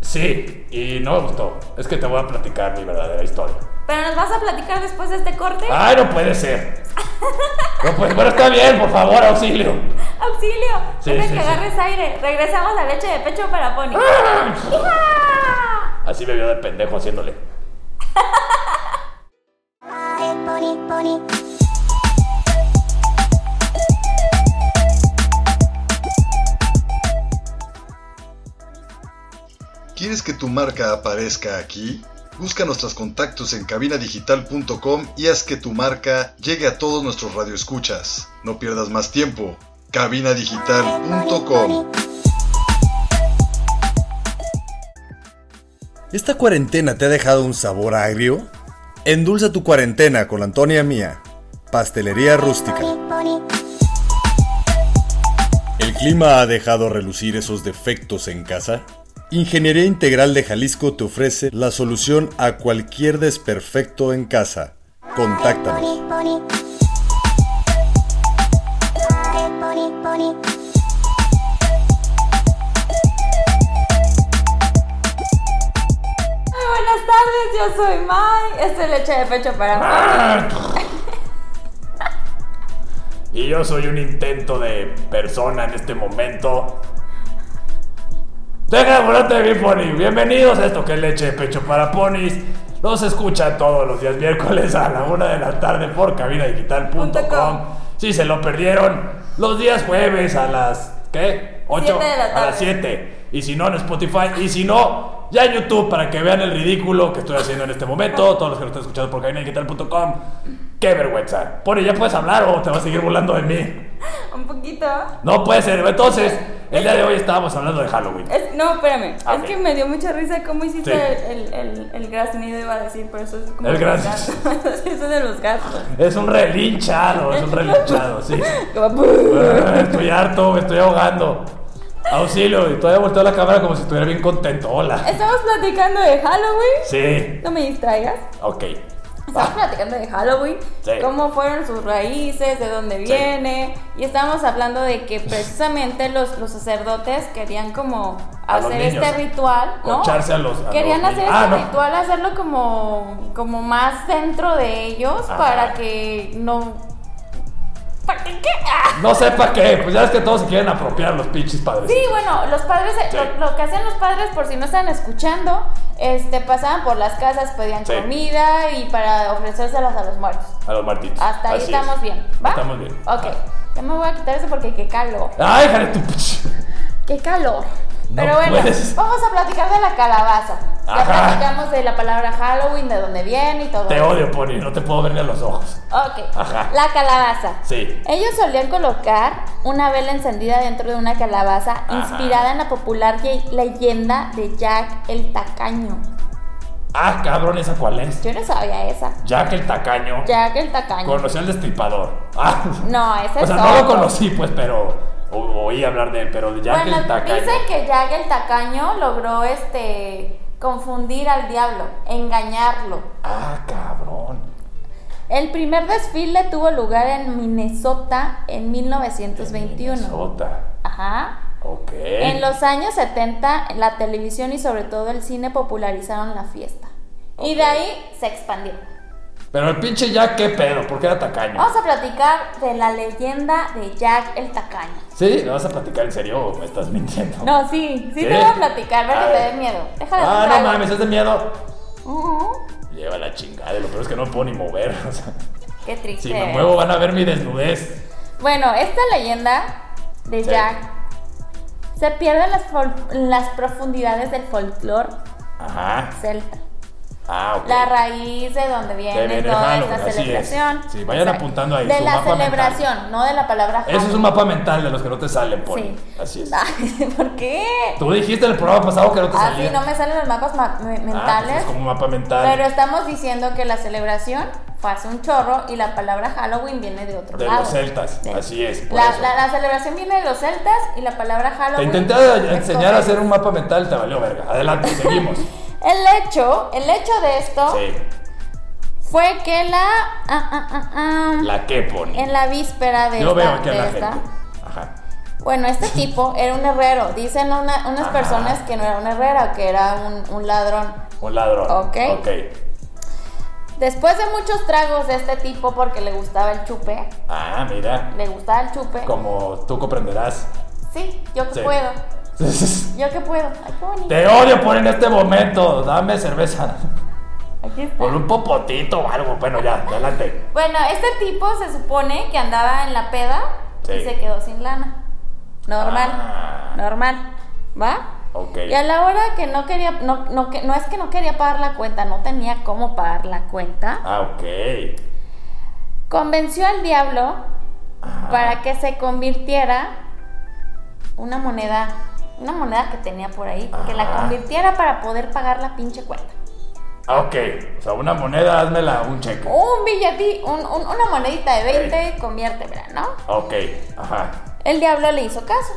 [SPEAKER 3] Sí, y no me gustó. Es que te voy a platicar mi verdadera historia.
[SPEAKER 2] Pero nos vas a platicar después
[SPEAKER 3] Ah.
[SPEAKER 2] de este corte.
[SPEAKER 3] ¡Ay, no puede ser! No puede, bueno, está bien, por favor, auxilio.
[SPEAKER 2] ¡Auxilio!
[SPEAKER 3] Sí,
[SPEAKER 2] Deja
[SPEAKER 3] sí,
[SPEAKER 2] que
[SPEAKER 3] sí. Ah.
[SPEAKER 2] agarres aire. Regresamos a leche de pecho para Pony.
[SPEAKER 3] Así me vio de pendejo haciéndole.
[SPEAKER 1] 아이 뽀니 뽀니
[SPEAKER 4] ¿Quieres que tu marca aparezca aquí? Busca nuestros contactos en cabinadigital.com y haz que tu marca llegue a todos nuestros radioescuchas. No pierdas más tiempo. cabinadigital.com ¿Esta cuarentena te ha dejado un sabor agrio? Endulza tu cuarentena con Antonia Mía, Pastelería Rústica.
[SPEAKER 1] 뽀니 뽀니
[SPEAKER 4] ¿El clima ha dejado relucir esos defectos en casa? Ingeniería Integral de Jalisco te ofrece la solución a cualquier desperfecto en casa. Contáctanos.
[SPEAKER 1] 뽀니 뽀니 아이 뽀니 뽀니
[SPEAKER 2] Muy buenas tardes, yo soy Mai. Esto es leche de pecho
[SPEAKER 3] Ah.
[SPEAKER 2] para
[SPEAKER 3] Y yo soy un intento de persona en este momento. Deja de burlarte de mi Pony. Bienvenidos a esto que es leche de pecho para ponis. Los escucha todos los días miércoles a la una de la tarde por
[SPEAKER 2] Punto com.
[SPEAKER 3] cabinadigital.com. Si se lo perdieron, los días jueves a las. ¿Qué? 8
[SPEAKER 2] Siete de la
[SPEAKER 3] a
[SPEAKER 2] tarde.
[SPEAKER 3] las 7. Y si no, en Spotify. Y si no, ya en YouTube para que vean el ridículo que estoy haciendo en este momento. Todos los que lo están escuchando por cabinadigital.com. ¡Qué vergüenza! Pony, ya puedes hablar o te vas a seguir burlando de mí.
[SPEAKER 2] un poquito.
[SPEAKER 3] No puede ser. Entonces, el día de hoy estábamos hablando de Halloween.
[SPEAKER 2] Es- no, espérame.
[SPEAKER 3] A
[SPEAKER 2] es
[SPEAKER 3] ver.
[SPEAKER 2] que me dio mucha risa cómo hiciste
[SPEAKER 3] Ah, Sí.
[SPEAKER 2] el, el, el, el graznido, iba a decir, pero eso es como.
[SPEAKER 3] El
[SPEAKER 2] de los
[SPEAKER 3] gras-
[SPEAKER 2] gatos. eso es de los gatos.
[SPEAKER 3] Es un relinchado, es un relinchado, sí.
[SPEAKER 2] Como-
[SPEAKER 3] Estoy harto, me estoy ahogando. Auxilio, y todavía volteo la cámara como si estuviera bien contento. Hola.
[SPEAKER 2] Estamos platicando de Halloween.
[SPEAKER 3] Sí,
[SPEAKER 2] No me distraigas.
[SPEAKER 3] ok.
[SPEAKER 2] Estamos
[SPEAKER 3] Va.
[SPEAKER 2] platicando de Halloween,
[SPEAKER 3] Ah. Sí.
[SPEAKER 2] cómo fueron sus raíces, de dónde
[SPEAKER 3] Sí.
[SPEAKER 2] viene, y estábamos hablando de que precisamente los, los sacerdotes querían como
[SPEAKER 3] A los
[SPEAKER 2] hacer
[SPEAKER 3] niños.
[SPEAKER 2] este ritual, ¿no?
[SPEAKER 3] Concharse a los. a
[SPEAKER 2] Querían
[SPEAKER 3] los
[SPEAKER 2] hacer
[SPEAKER 3] niños. Ah,
[SPEAKER 2] este
[SPEAKER 3] no.
[SPEAKER 2] ritual, hacerlo como, como más dentro de ellos
[SPEAKER 3] Ajá.
[SPEAKER 2] para que no... ¿Para qué? Ah.
[SPEAKER 3] No sé para qué, pues ya es que todos se quieren apropiar los pinches padres.
[SPEAKER 2] Sí, bueno, los padres, eh,
[SPEAKER 3] Sí.
[SPEAKER 2] lo, lo que hacían los padres, por si no están escuchando, este, pasaban por las casas, pedían
[SPEAKER 3] Sí.
[SPEAKER 2] comida y para ofrecérselas a los muertos.
[SPEAKER 3] A los martitos.
[SPEAKER 2] Hasta ahí
[SPEAKER 3] Así es.
[SPEAKER 2] estamos bien, ¿va?
[SPEAKER 3] Estamos bien. Ah.
[SPEAKER 2] Ok, ya me voy a quitar eso porque qué calor.
[SPEAKER 3] Ay, jale tu pinche.
[SPEAKER 2] Qué calor.
[SPEAKER 3] No
[SPEAKER 2] Pero bueno,
[SPEAKER 3] puedes.
[SPEAKER 2] vamos a platicar de la calabaza. Ya
[SPEAKER 3] Ajá.
[SPEAKER 2] platicamos de la palabra Halloween, de dónde viene y todo.
[SPEAKER 3] Te
[SPEAKER 2] eso.
[SPEAKER 3] odio, Pony, no te puedo ver ni a los ojos.
[SPEAKER 2] Ok,
[SPEAKER 3] Ajá.
[SPEAKER 2] la calabaza.
[SPEAKER 3] Sí.
[SPEAKER 2] Ellos solían colocar una vela encendida dentro de una calabaza
[SPEAKER 3] Ajá.
[SPEAKER 2] inspirada en la popular ye- leyenda de Jack el Tacaño.
[SPEAKER 3] Ah, cabrón, ¿esa cuál es?
[SPEAKER 2] Yo no sabía esa.
[SPEAKER 3] Jack el tacaño.
[SPEAKER 2] Jack el Tacaño.
[SPEAKER 3] Conocí al destripador. Ah.
[SPEAKER 2] No, ese
[SPEAKER 3] O
[SPEAKER 2] es
[SPEAKER 3] sea, no lo
[SPEAKER 2] otro.
[SPEAKER 3] conocí, pues, pero o- oí hablar de él, pero ya que
[SPEAKER 2] bueno,
[SPEAKER 3] el tacaño.
[SPEAKER 2] dicen que Jack el tacaño logró este confundir al diablo, engañarlo.
[SPEAKER 3] Ah, cabrón.
[SPEAKER 2] El primer desfile tuvo lugar en Minnesota en 1921.
[SPEAKER 3] Minnesota.
[SPEAKER 2] Ajá.
[SPEAKER 3] Ok.
[SPEAKER 2] En los años 70 la televisión y sobre todo el cine popularizaron la fiesta. Y de
[SPEAKER 3] Ok.
[SPEAKER 2] ahí se expandió.
[SPEAKER 3] Pero el pinche Jack, ¿qué pedo? ¿Por qué era tacaño?
[SPEAKER 2] Vamos a platicar de la leyenda de Jack el tacaño.
[SPEAKER 3] ¿Sí? ¿Me vas a platicar en serio o me estás mintiendo?
[SPEAKER 2] No, sí, sí,
[SPEAKER 3] ¿Sí?
[SPEAKER 2] te voy a platicar, ve
[SPEAKER 3] A
[SPEAKER 2] que te
[SPEAKER 3] ver.
[SPEAKER 2] dé miedo. Déjale
[SPEAKER 3] Ah,
[SPEAKER 2] un
[SPEAKER 3] no
[SPEAKER 2] trago.
[SPEAKER 3] mames, es de miedo.
[SPEAKER 2] Ujú.
[SPEAKER 3] Lleva la chingada, lo peor es que no me puedo ni mover. o sea,
[SPEAKER 2] Qué triste. ¿eh?
[SPEAKER 3] si me muevo van a ver mi desnudez.
[SPEAKER 2] Bueno, esta leyenda de
[SPEAKER 3] Sí.
[SPEAKER 2] Jack se pierde en las, fol- en las profundidades del folclore
[SPEAKER 3] Ajá.
[SPEAKER 2] celta.
[SPEAKER 3] Ah, ok.
[SPEAKER 2] La raíz de donde viene,
[SPEAKER 3] viene
[SPEAKER 2] toda
[SPEAKER 3] Halloween,
[SPEAKER 2] esta
[SPEAKER 3] así
[SPEAKER 2] celebración.
[SPEAKER 3] es. Sí, vayan apuntando ahí,
[SPEAKER 2] De
[SPEAKER 3] su
[SPEAKER 2] la
[SPEAKER 3] mapa mental.
[SPEAKER 2] celebración, no de la palabra
[SPEAKER 3] Eso es un mapa mental de los que no te salen, Pony.
[SPEAKER 2] Sí. Ah.
[SPEAKER 3] Así es.
[SPEAKER 2] Ay, ¿Por qué?
[SPEAKER 3] Tú dijiste en el programa pasado que no te
[SPEAKER 2] Así
[SPEAKER 3] salía.
[SPEAKER 2] Ah, no me salen los mapas ma- me-
[SPEAKER 3] Ah, pues
[SPEAKER 2] mentales.
[SPEAKER 3] es como un mapa mental.
[SPEAKER 2] pero estamos diciendo que la celebración fue hace un chorro y la palabra Halloween viene de otro
[SPEAKER 3] De
[SPEAKER 2] lado.
[SPEAKER 3] los celtas,
[SPEAKER 2] Sí.
[SPEAKER 3] así es. por
[SPEAKER 2] La,
[SPEAKER 3] eso.
[SPEAKER 2] la- la celebración viene de los celtas y la palabra
[SPEAKER 3] Te
[SPEAKER 2] Halloween.
[SPEAKER 3] intenté
[SPEAKER 2] es
[SPEAKER 3] enseñar a
[SPEAKER 2] correcta.
[SPEAKER 3] hacer un mapa mental, te valió verga. Adelante, seguimos.
[SPEAKER 2] El hecho, el hecho de esto
[SPEAKER 3] Sí.
[SPEAKER 2] fue que la, ah, ah, ah, ah,
[SPEAKER 3] La que pone.
[SPEAKER 2] en la víspera de
[SPEAKER 3] Yo
[SPEAKER 2] esta,
[SPEAKER 3] veo aquí a
[SPEAKER 2] de
[SPEAKER 3] la
[SPEAKER 2] esta-
[SPEAKER 3] gente. Ajá.
[SPEAKER 2] bueno, este tipo era un herrero. Dicen una- unas
[SPEAKER 3] Ajá.
[SPEAKER 2] personas que no era un herrero, que era un, un ladrón.
[SPEAKER 3] Un ladrón.
[SPEAKER 2] Ok.
[SPEAKER 3] Ok.
[SPEAKER 2] Después de muchos tragos de este tipo, porque le gustaba el chupe,
[SPEAKER 3] Ah, mira.
[SPEAKER 2] le gustaba el chupe.
[SPEAKER 3] Como tú comprenderás.
[SPEAKER 2] Sí, yo que puedo. Yo que puedo. Ay, qué bonito.
[SPEAKER 3] Te odio por en este momento. Dame cerveza.
[SPEAKER 2] Aquí está.
[SPEAKER 3] Por un popotito o algo. Bueno, ya, adelante.
[SPEAKER 2] Bueno, este tipo se supone que andaba en la peda
[SPEAKER 3] Sí.
[SPEAKER 2] y se quedó sin lana. Normal,
[SPEAKER 3] Ah.
[SPEAKER 2] normal, ¿va?
[SPEAKER 3] Ok.
[SPEAKER 2] Y a la hora que no quería, no, no, que, no es que no quería pagar la cuenta, no tenía cómo pagar la cuenta,
[SPEAKER 3] Ah, ok.
[SPEAKER 2] convenció al diablo
[SPEAKER 3] Ah,
[SPEAKER 2] para que se convirtiera una moneda, una moneda que tenía por ahí, que la
[SPEAKER 3] Ah.
[SPEAKER 2] convirtiera para poder pagar la pinche cuenta.
[SPEAKER 3] ah, ok. O sea, una moneda, házmela un cheque.
[SPEAKER 2] Un billetí, un- un- una monedita de 20, conviértemela, ¿no?
[SPEAKER 3] Ok. Ajá.
[SPEAKER 2] El diablo le hizo caso.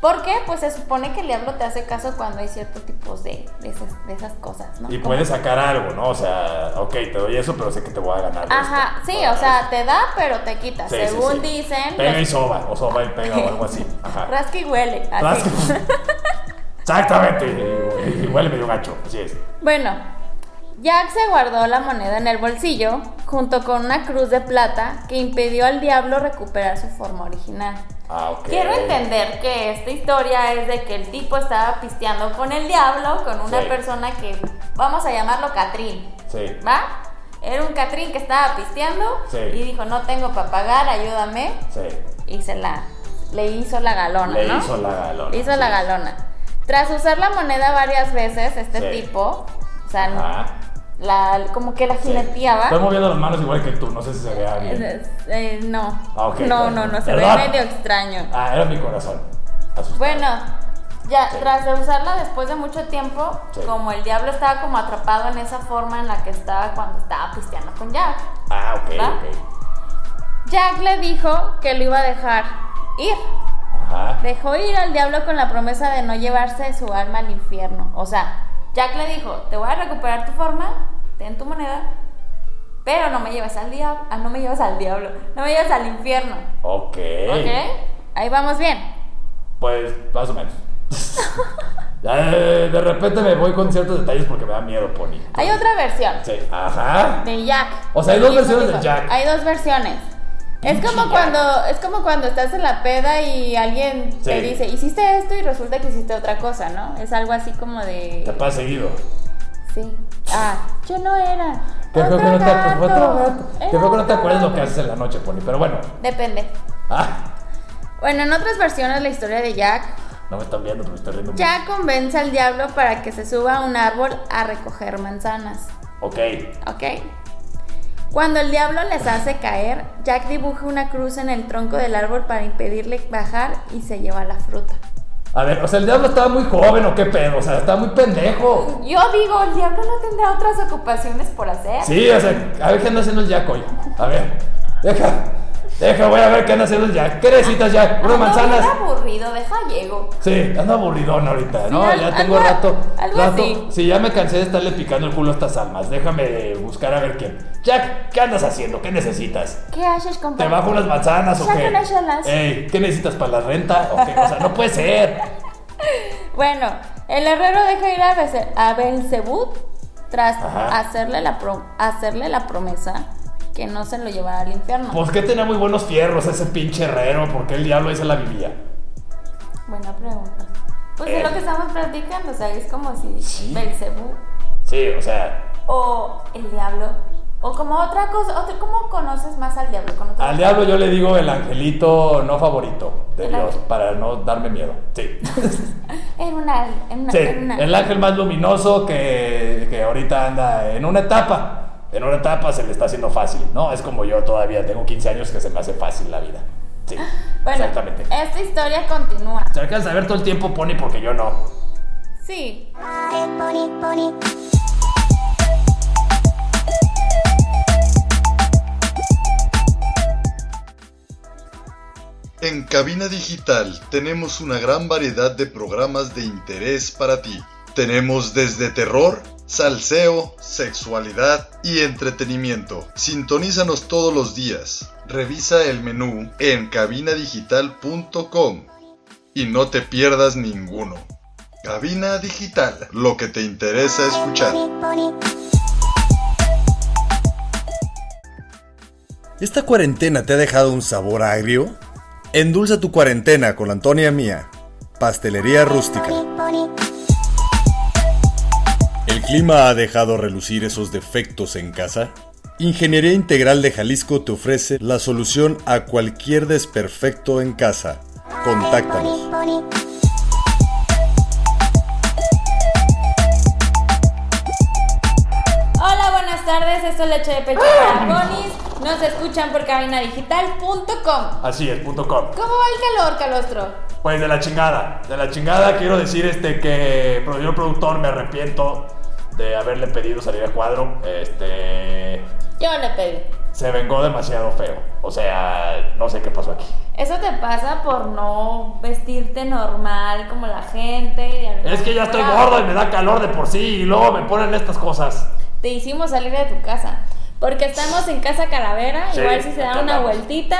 [SPEAKER 2] ¿Por qué? Pues se supone que el diablo te hace caso cuando hay ciertos tipos de, de esas, de esas cosas, ¿no?
[SPEAKER 3] Y
[SPEAKER 2] Como-
[SPEAKER 3] puedes sacar algo, ¿no? O sea, ok, te doy eso, pero sé que te voy a ganar. de
[SPEAKER 2] Ajá,
[SPEAKER 3] esto.
[SPEAKER 2] sí, o sea, te da, pero te quita.
[SPEAKER 3] Sí, sí,
[SPEAKER 2] Según
[SPEAKER 3] sí.
[SPEAKER 2] dicen.
[SPEAKER 3] Pega y
[SPEAKER 2] los- ah,
[SPEAKER 3] soba. O soba y pega o algo así. Ajá.
[SPEAKER 2] Rasca y huele. así.
[SPEAKER 3] Rasca. Exactamente. y- y- y Huele medio gacho. Así es.
[SPEAKER 2] Bueno, Jack se guardó la moneda en el bolsillo junto con una cruz de plata que impidió al diablo recuperar su forma original.
[SPEAKER 3] Ah, ok.
[SPEAKER 2] Quiero entender que esta historia es de que el tipo estaba pisteando con el diablo, con una
[SPEAKER 3] Sí.
[SPEAKER 2] persona que vamos a llamarlo Catrín.
[SPEAKER 3] Sí.
[SPEAKER 2] ¿Va? Era un Catrín que estaba pisteando
[SPEAKER 3] Sí.
[SPEAKER 2] y dijo, no tengo para pagar, ayúdame.
[SPEAKER 3] Sí.
[SPEAKER 2] Y se la... Le hizo la galona,
[SPEAKER 3] Le
[SPEAKER 2] ¿no?
[SPEAKER 3] hizo la galona.
[SPEAKER 2] Le hizo
[SPEAKER 3] así
[SPEAKER 2] la
[SPEAKER 3] es.
[SPEAKER 2] galona. Tras usar la moneda varias veces, este
[SPEAKER 3] Sí.
[SPEAKER 2] tipo, o sea,
[SPEAKER 3] Ajá.
[SPEAKER 2] la, como que la
[SPEAKER 3] Sí.
[SPEAKER 2] jineteaba.
[SPEAKER 3] Estoy moviendo las manos igual que tú, no sé si se vea
[SPEAKER 2] Es-
[SPEAKER 3] bien.
[SPEAKER 2] es- eh, no.
[SPEAKER 3] Ah,
[SPEAKER 2] no,
[SPEAKER 3] ok, perdón.
[SPEAKER 2] no, no, se
[SPEAKER 3] Perdón.
[SPEAKER 2] ve medio extraño.
[SPEAKER 3] Ah, era mi corazón. Asustado.
[SPEAKER 2] Bueno, ya
[SPEAKER 3] Sí.
[SPEAKER 2] tras de usarla después de mucho tiempo,
[SPEAKER 3] Sí.
[SPEAKER 2] como el diablo estaba como atrapado en esa forma en la que estaba cuando estaba pisteando con Jack.
[SPEAKER 3] Ah, ok,
[SPEAKER 2] ¿Va?
[SPEAKER 3] ok.
[SPEAKER 2] Jack le dijo que lo iba a dejar ir.
[SPEAKER 3] Ajá.
[SPEAKER 2] Dejó ir al diablo con la promesa de no llevarse su alma al infierno. O sea, Jack le dijo, te voy a recuperar tu forma, ten tu moneda, pero no me lleves al diablo, ah, no me lleves al diablo, no me lleves al infierno.
[SPEAKER 3] Ok.
[SPEAKER 2] ¿Ok? Ahí vamos bien.
[SPEAKER 3] Pues, más o menos. Ya, de, de repente me voy con ciertos detalles porque me da miedo, Pony.
[SPEAKER 2] Hay otra versión
[SPEAKER 3] Sí, ajá.
[SPEAKER 2] de Jack.
[SPEAKER 3] O sea, hay dos
[SPEAKER 2] Del mismo
[SPEAKER 3] versiones de
[SPEAKER 2] tipo.
[SPEAKER 3] Jack.
[SPEAKER 2] Hay dos versiones. Es
[SPEAKER 3] Pinche
[SPEAKER 2] como
[SPEAKER 3] Jack.
[SPEAKER 2] cuando es como cuando estás en la peda y alguien te
[SPEAKER 3] Sí.
[SPEAKER 2] dice, "Hiciste esto" y resulta que hiciste otra cosa, ¿no? Es algo así como de
[SPEAKER 3] Te pasa seguido.
[SPEAKER 2] Sí. Ah, yo no era.
[SPEAKER 3] Te
[SPEAKER 2] Otro
[SPEAKER 3] fue que no te, pues,
[SPEAKER 2] gato.
[SPEAKER 3] fue otro gato. Te
[SPEAKER 2] Era
[SPEAKER 3] fue que no te
[SPEAKER 2] otro
[SPEAKER 3] acuerdas lo que
[SPEAKER 2] gato.
[SPEAKER 3] haces en la noche, Pony. Pero bueno.
[SPEAKER 2] Depende.
[SPEAKER 3] Ah,
[SPEAKER 2] Bueno, en otras versiones la historia de Jack,
[SPEAKER 3] no me están viendo, pero me estoy riendo. mucho.
[SPEAKER 2] Jack convence al diablo para que se suba a un árbol a recoger manzanas,
[SPEAKER 3] Ok.
[SPEAKER 2] ¿ok? Cuando el diablo les hace caer, Jack dibuja una cruz en el tronco del árbol para impedirle bajar y se lleva la fruta.
[SPEAKER 3] A ver, o sea, el diablo estaba muy joven o qué pedo. O sea, estaba muy pendejo.
[SPEAKER 2] Yo digo, el diablo no tendrá otras ocupaciones por hacer.
[SPEAKER 3] Sí, o sea, a ver qué anda haciendo el Jack hoy. A ver, deja, deja, voy a ver qué anda haciendo el Jack. ¿Qué necesitas, Jack? ¿Unas manzanas?
[SPEAKER 2] aburrido, deja llego.
[SPEAKER 3] Sí, anda aburridón ahorita, ¿no?
[SPEAKER 2] Sí, al-
[SPEAKER 3] ya tengo
[SPEAKER 2] algo-
[SPEAKER 3] rato.
[SPEAKER 2] algo
[SPEAKER 3] rato.
[SPEAKER 2] así.
[SPEAKER 3] Sí, ya me cansé de estarle picando el culo a estas almas. Déjame buscar a ver quién. Jack, ¿qué andas haciendo? ¿Qué necesitas?
[SPEAKER 2] ¿Qué haces,
[SPEAKER 3] ¿Te
[SPEAKER 2] compadre?
[SPEAKER 3] bajo unas manzanas o
[SPEAKER 2] Saca
[SPEAKER 3] qué?
[SPEAKER 2] unas chelas.
[SPEAKER 3] Ey, ¿qué necesitas para la renta? ¿O qué? O sea, no puede ser.
[SPEAKER 2] Bueno, el herrero deja ir a, Beze- a Belzebub tras
[SPEAKER 3] Ajá.
[SPEAKER 2] hacerle la, pro- hacerle la promesa que no se lo llevará al infierno.
[SPEAKER 3] ¿Por Pues, qué tenía muy buenos fierros ese pinche herrero? ¿Por qué el diablo ahí se la vivía?
[SPEAKER 2] Buena pregunta. Pues
[SPEAKER 3] Eh.
[SPEAKER 2] es lo que estamos platicando, o sea, es como si
[SPEAKER 3] Sí.
[SPEAKER 2] Belzebú
[SPEAKER 3] Sí, o sea,
[SPEAKER 2] o el diablo o como otra cosa, otro- ¿cómo conoces más al diablo? Con otra-
[SPEAKER 3] Al diablo yo le digo el angelito no favorito de
[SPEAKER 2] El
[SPEAKER 3] Dios
[SPEAKER 2] ángel.
[SPEAKER 3] para no darme miedo. Sí.
[SPEAKER 2] Era una, era una-
[SPEAKER 3] Sí,
[SPEAKER 2] era una-
[SPEAKER 3] el ángel más luminoso que, que ahorita anda en una etapa. En una etapa se le está haciendo fácil, ¿no? Es como yo todavía tengo 15 años que se me hace fácil la vida. Sí,
[SPEAKER 2] Ah, Bueno, Eh.
[SPEAKER 3] exactamente.
[SPEAKER 2] esta historia continúa.
[SPEAKER 3] Se alcanza a ver todo el tiempo Pony porque yo no.
[SPEAKER 2] Sí,
[SPEAKER 1] Pare poni poni.
[SPEAKER 4] En Cabina Digital tenemos una gran variedad de programas de interés para ti. Tenemos desde terror, salseo, sexualidad y entretenimiento. Sintonízanos todos los días. Revisa el menú en cabinadigital.com y no te pierdas ninguno. Cabina Digital, lo que te interesa escuchar.
[SPEAKER 1] Pare poni.
[SPEAKER 4] ¿Esta cuarentena te ha dejado un sabor agrio? Endulza tu cuarentena con Antonia Mía, Pastelería Rústica. ¿El clima ha dejado relucir esos defectos en casa? Ingeniería Integral de Jalisco te ofrece la solución a cualquier desperfecto en casa. Contáctanos.
[SPEAKER 2] Hola, buenas tardes. Esto es Leche de Pecho
[SPEAKER 3] ¡Ah!
[SPEAKER 2] para Ponis. Nos escuchan por cabinadigital.com.
[SPEAKER 3] Así es, punto com.
[SPEAKER 2] ¿Cómo va el calor, Calostro?
[SPEAKER 3] Pues de la chingada, de la chingada quiero decir este que pro- yo productor me arrepiento de haberle pedido salir a cuadro. Este
[SPEAKER 2] Yo le pedí.
[SPEAKER 3] se vengó demasiado feo. O sea, no sé qué pasó aquí.
[SPEAKER 2] Eso te pasa por no vestirte normal como la gente. y al-
[SPEAKER 3] Es que ya estoy gordo y me da calor de por sí y luego me ponen estas cosas.
[SPEAKER 2] Te hicimos salir de tu casa. Porque estamos en Casa Calavera.
[SPEAKER 3] Sí,
[SPEAKER 2] igual si se
[SPEAKER 3] acá
[SPEAKER 2] dan una
[SPEAKER 3] andamos.
[SPEAKER 2] vueltita.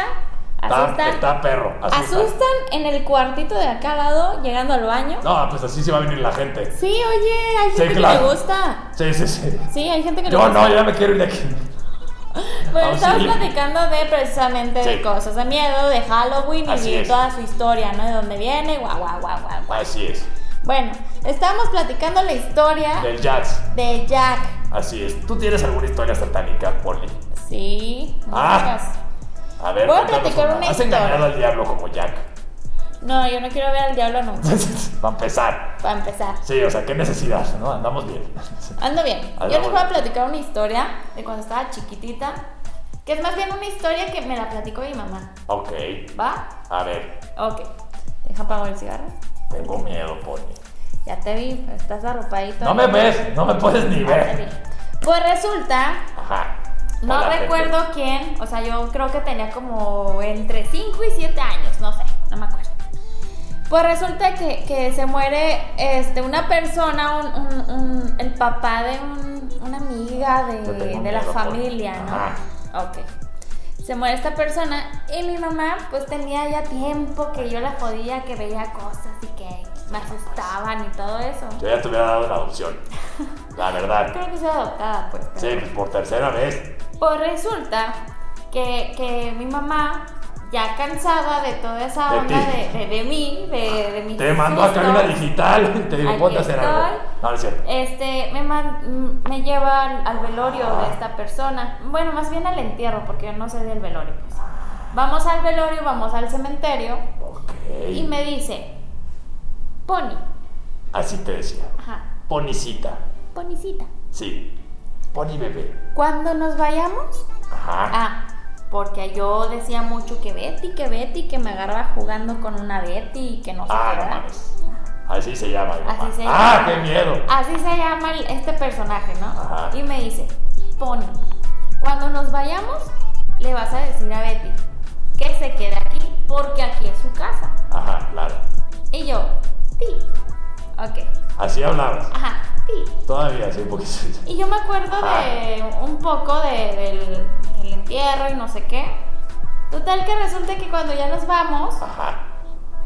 [SPEAKER 3] Está,
[SPEAKER 2] Asustan.
[SPEAKER 3] está perro. asusta.
[SPEAKER 2] Asustan en el cuartito de acá al lado, llegando al baño.
[SPEAKER 3] No, pues así se va a venir la gente.
[SPEAKER 2] Sí, oye, hay
[SPEAKER 3] Sí,
[SPEAKER 2] gente que
[SPEAKER 3] claro.
[SPEAKER 2] le gusta.
[SPEAKER 3] Sí, sí, sí.
[SPEAKER 2] Sí, hay gente que le
[SPEAKER 3] Yo
[SPEAKER 2] gusta.
[SPEAKER 3] no, yo ya me quiero ir de aquí.
[SPEAKER 2] Bueno, estamos
[SPEAKER 3] Auxilio.
[SPEAKER 2] platicando de precisamente de
[SPEAKER 3] Sí.
[SPEAKER 2] cosas de miedo, de Halloween
[SPEAKER 3] Así
[SPEAKER 2] y de
[SPEAKER 3] es.
[SPEAKER 2] toda su historia, ¿no? De dónde viene, guau, guau, guau, guau, guau.
[SPEAKER 3] Así es.
[SPEAKER 2] Bueno, estamos platicando la historia
[SPEAKER 3] Del jazz.
[SPEAKER 2] de Jack.
[SPEAKER 3] Así es. ¿Tú tienes alguna historia satánica, Polly?
[SPEAKER 2] Sí. no
[SPEAKER 3] Ah.
[SPEAKER 2] digas.
[SPEAKER 3] A ver,
[SPEAKER 2] Voy a
[SPEAKER 3] cuéntanos
[SPEAKER 2] platicar una
[SPEAKER 3] ¿Has
[SPEAKER 2] historia.
[SPEAKER 3] engañado al diablo como Jack?
[SPEAKER 2] No, yo no quiero ver al diablo nunca,
[SPEAKER 3] Para empezar.
[SPEAKER 2] para empezar.
[SPEAKER 3] Sí, o sea, qué necesidad, ¿no? Andamos bien.
[SPEAKER 2] Ando bien.
[SPEAKER 3] Ah,
[SPEAKER 2] Yo les
[SPEAKER 3] bueno.
[SPEAKER 2] voy a platicar una historia de cuando estaba chiquitita, que es más bien una historia que me la platicó mi mamá.
[SPEAKER 3] ok.
[SPEAKER 2] ¿Va?
[SPEAKER 3] A ver,
[SPEAKER 2] Ok. Deja apagar el cigarro.
[SPEAKER 3] tengo miedo, Polly.
[SPEAKER 2] Ya te vi, estás arropadito.
[SPEAKER 3] No me ves, no me puedes ni
[SPEAKER 2] Ya te
[SPEAKER 3] ver.
[SPEAKER 2] vi. Pues resulta
[SPEAKER 3] Ajá.
[SPEAKER 2] No
[SPEAKER 3] Hola,
[SPEAKER 2] recuerdo
[SPEAKER 3] gente.
[SPEAKER 2] quién, o sea, yo creo que tenía como entre 5 y 7 años, no sé, no me acuerdo. Pues resulta que, que se muere este, una persona, un, un- un- el papá de un- una amiga de,
[SPEAKER 3] Yo tengo
[SPEAKER 2] de la
[SPEAKER 3] miedo, Poli.
[SPEAKER 2] familia, ¿no?
[SPEAKER 3] Ajá.
[SPEAKER 2] Ok. Se muere esta persona y mi mamá pues tenía ya tiempo que yo la jodía, que veía cosas y que me asustaban y todo eso.
[SPEAKER 3] Yo ya te hubiera dado una adopción. La verdad.
[SPEAKER 2] Creo que soy adoptada, pues. pero-
[SPEAKER 3] Sí, pues por tercera vez.
[SPEAKER 2] Pues resulta que, que mi mamá, ya cansada de toda esa
[SPEAKER 3] De
[SPEAKER 2] onda
[SPEAKER 3] ti. Ah,
[SPEAKER 2] de, de, de mí, de, de mi
[SPEAKER 3] Te mandó a cabina digital. Te digo,
[SPEAKER 2] Aquí
[SPEAKER 3] ponte a hacer algo.
[SPEAKER 2] estoy.
[SPEAKER 3] No, no es cierto.
[SPEAKER 2] Este, me, man- me lleva al, al velorio
[SPEAKER 3] Ah.
[SPEAKER 2] de esta persona. Bueno, más bien al entierro, porque yo no sé del velorio. pues. Vamos al velorio, vamos al cementerio.
[SPEAKER 3] Ok.
[SPEAKER 2] Y me dice, Pony,
[SPEAKER 3] Así te decía.
[SPEAKER 2] ajá,
[SPEAKER 3] Ponicita.
[SPEAKER 2] Ponicita,
[SPEAKER 3] Sí. Pony bebé.
[SPEAKER 2] ¿cuándo nos vayamos?
[SPEAKER 3] Ajá.
[SPEAKER 2] Ah, porque yo decía mucho que Betty, que Betty, que me agarraba jugando con una Betty y que no sé
[SPEAKER 3] Ah,
[SPEAKER 2] qué,
[SPEAKER 3] no
[SPEAKER 2] ¿verdad?
[SPEAKER 3] mames. Así se llama, mi
[SPEAKER 2] Así
[SPEAKER 3] mamá.
[SPEAKER 2] se
[SPEAKER 3] Ah,
[SPEAKER 2] llama.
[SPEAKER 3] qué miedo.
[SPEAKER 2] Así se llama el- este personaje, ¿no?
[SPEAKER 3] Ajá.
[SPEAKER 2] Y me dice, Pony, cuando nos vayamos, le vas a decir a Betty que se quede aquí porque aquí es su casa.
[SPEAKER 3] Ajá, claro.
[SPEAKER 2] Y yo, sí. Ok,
[SPEAKER 3] Así hablabas.
[SPEAKER 2] ajá, sí.
[SPEAKER 3] Todavía, sí, un poquito.
[SPEAKER 2] Y yo me acuerdo de un poco de- del, del entierro y no sé qué. Total que resulta que cuando ya nos vamos,
[SPEAKER 3] Ajá.